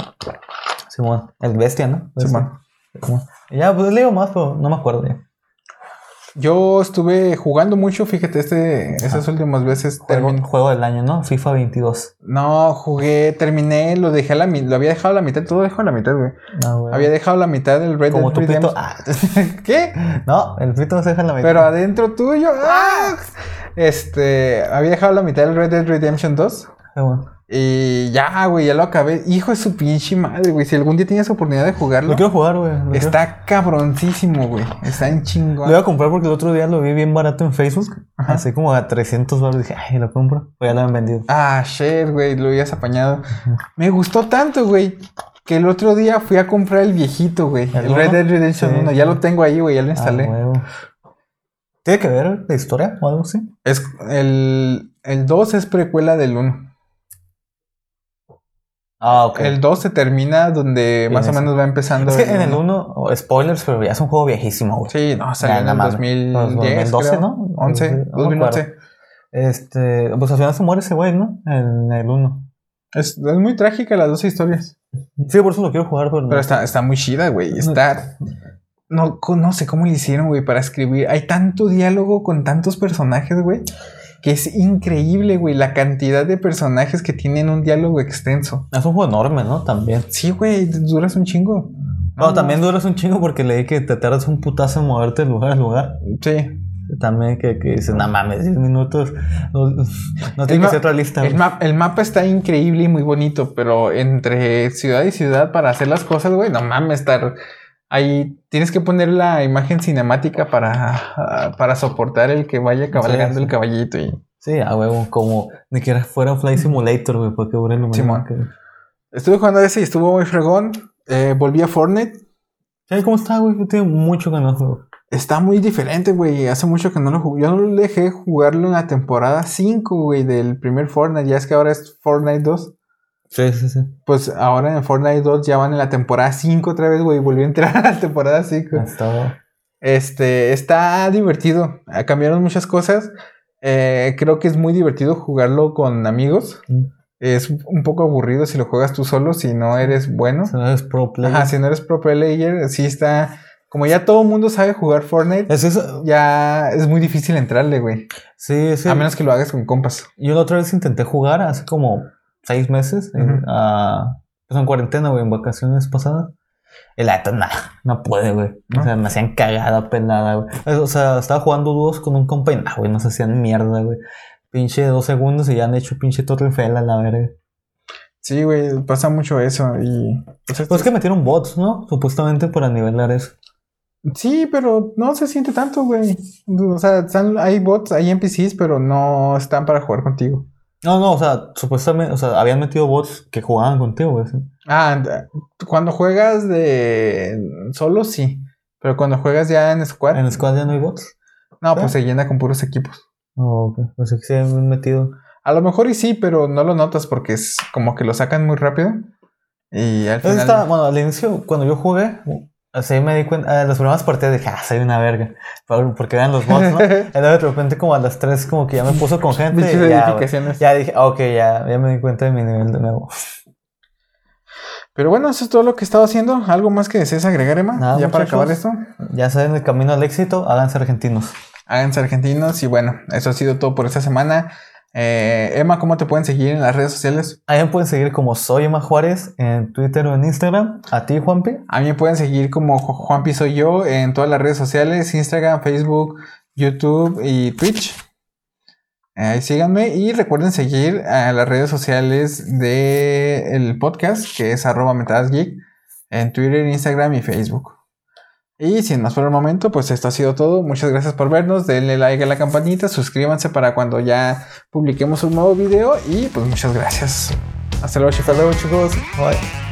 A: Simón, el bestia, ¿no? Bestia.
B: Simón.
A: Simón. Y Ya, pues leo más, pero no me acuerdo ya.
B: Yo estuve jugando mucho, fíjate, este, esas últimas veces.
A: Ah. Juego,
B: termin-
A: juego del año, ¿no? FIFA 22.
B: No, jugué, terminé, lo dejé a la mitad, lo había dejado a la mitad, todo dejó a la mitad, güey.
A: No, güey.
B: Había dejado a la mitad el Red
A: Ah. Como tu
B: Dead
A: pito.
B: Redemption.
A: Ah,
B: ¿Qué?
A: no, el pito no se deja en la mitad.
B: Pero adentro tuyo. ¡ah! Este, había dejado la mitad del Red Dead Redemption 2.
A: Simón.
B: Y ya, güey, ya lo acabé. Hijo de su pinche madre, güey. Si algún día tienes oportunidad de
A: Lo
B: jugarlo,
A: quiero jugar, güey. Lo, quiero-
B: está cabroncísimo, güey. Está en
A: lo
B: chingón.
A: iba a comprar porque el otro día lo vi bien barato en Facebook. Así como a 300 dólares. Dije, ay, lo compro. O ya lo han vendido.
B: Ah, shit, güey, lo habías apañado. Me gustó tanto, güey, que el otro día fui a comprar el viejito, güey.
A: ¿El
B: El, Red
A: uno?
B: Dead Redemption
A: Sí,
B: 1. Ya
A: sí.
B: lo tengo ahí, güey, ya lo instalé.
A: Ah, huevo. ¿Tiene que ver la historia o algo así?
B: es, el, el 2 es precuela del 1.
A: Ah, ok.
B: El 2 se termina donde
A: En
B: más o
A: ese.
B: menos va empezando.
A: es que en el
B: uno.
A: 1, oh, spoilers, pero ya es un juego viejísimo, güey.
B: Sí, no,
A: Ya,
B: salió en
A: la
B: el
A: madre.
B: 2010,
A: 2012,
B: 2012,
A: ¿no?
B: ¿no? 11,
A: No me acuerdo.
B: 2011.
A: Este, pues al final se muere ese güey, ¿no? En el 1.
B: Es, es muy trágica las dos historias.
A: Sí, por eso lo quiero jugar, pero.
B: Pero está, está muy chida,
A: Mm.
B: güey. Está. No, co- no sé cómo le hicieron, güey, para escribir. Hay tanto diálogo con tantos personajes, güey, que es increíble, güey, la cantidad de personajes que tienen un diálogo extenso.
A: Es un juego enorme, ¿no? También.
B: Sí, güey, duras un chingo.
A: No, también duras un chingo porque leí que te tardas un putazo en moverte de lugar a lugar.
B: Sí.
A: También que, que dices, no mames, 10 minutos. No, no tiene
B: ma-
A: que ser realista.
B: El,
A: güey.
B: map- el mapa está increíble y muy bonito, pero entre ciudad y ciudad para hacer las cosas, güey, no mames, estar ahí. Tienes que poner la imagen cinemática para, para soportar el que vaya cabalgando
A: Sí, sí.
B: el caballito. Y...
A: Sí, a huevo, como ni siquiera fuera Fly Simulator, güey, porque dura lo mismo.
B: Simón.
A: que-
B: Estuve jugando ese y estuvo muy fregón. Eh, volví a Fortnite.
A: ¿Sabes cómo está, güey? Yo tengo mucho que no juego.
B: Está muy diferente, güey. Hace mucho que no lo jugué. Yo no lo dejé jugarlo en la temporada 5, güey, del primer Fortnite. Ya es que ahora es Fortnite 2.
A: Sí, sí, sí.
B: Pues ahora en Fortnite 2 ya van en la temporada 5 otra vez, güey. Volví a entrar a la temporada 5.
A: Hasta
B: Este, está divertido. Ah, Cambiaron muchas cosas. Eh, creo que es muy divertido jugarlo con amigos.
A: Mm.
B: Es un poco aburrido si lo juegas tú solo, si no eres bueno.
A: si no eres pro player.
B: Ajá, si no eres pro player, sí está. Como ya todo el mundo sabe jugar Fortnite,
A: Es eso.
B: ya es muy difícil entrarle, güey.
A: Sí, sí.
B: A menos que lo hagas con compas.
A: Yo la otra vez intenté jugar hace como seis meses. en,
B: Ujú.
A: ah, pues en cuarentena, güey, en vacaciones pasadas. El neta, nah, no puede, güey. O
B: ¿No?
A: sea, me hacían cagada, pelada, güey. O sea, estaba jugando dúos con un compa y nah, güey, nos hacían mierda, güey. Pinche dos segundos y ya han hecho pinche Torre Eiffel a la verga.
B: Sí, güey, pasa mucho eso. Y. pues, esto
A: Pues es que metieron bots, ¿no? Supuestamente para nivelar eso.
B: Sí, pero no se siente tanto, güey. O sea, están, hay bots, hay NPCs, pero no están para jugar contigo.
A: No, no, o sea, supuestamente, o sea, habían metido bots que jugaban contigo, güey. sí.
B: Ah, anda, cuando juegas de solo, sí. Pero cuando juegas ya en squad,
A: En Squad ya no hay bots.
B: no, pues se llena con puros equipos.
A: No, ok. No sé que se habían metido.
B: A lo mejor y sí, pero no lo notas porque es como que lo sacan muy rápido. Y al
A: Eso
B: final.
A: está- bueno, al inicio, cuando yo jugué, así me di cuenta, en las primeras partidas dije, ah, soy una verga, por- porque eran los bots, ¿no? Y luego de repente como a las 3 como que ya me puso con gente
B: Bichos
A: y
B: de
A: ya, güey.
B: edificaciones.
A: Ya dije, ah, ok, ya, ya me di cuenta de mi nivel de nuevo.
B: Pero bueno, eso es todo lo que he estado haciendo. ¿Algo más que desees agregar, Emma?
A: Nada,
B: ya para acabar esto.
A: muchachos. Ya saben, el camino al éxito, háganse argentinos.
B: Háganse argentinos. Y bueno, eso ha sido todo por esta semana. Eh, Emma, ¿cómo te pueden seguir en las redes sociales?
A: Ahí me pueden seguir como soy Emma Juárez en Twitter o en Instagram. A ti, Juanpi.
B: A mí me pueden seguir como Ju- Juanpi Soy Yo en todas las redes sociales, Instagram, Facebook, YouTube y Twitch. Ahí síganme y recuerden seguir a las redes sociales del podcast, que es arroba metadas geek, en Twitter, Instagram y Facebook. Y sin más por el momento, pues esto ha sido todo. Muchas gracias por vernos. Denle like a la campanita, suscríbanse para cuando ya publiquemos un nuevo video y pues muchas gracias. Hasta luego, chicos. Hasta luego, chicos.
A: Bye.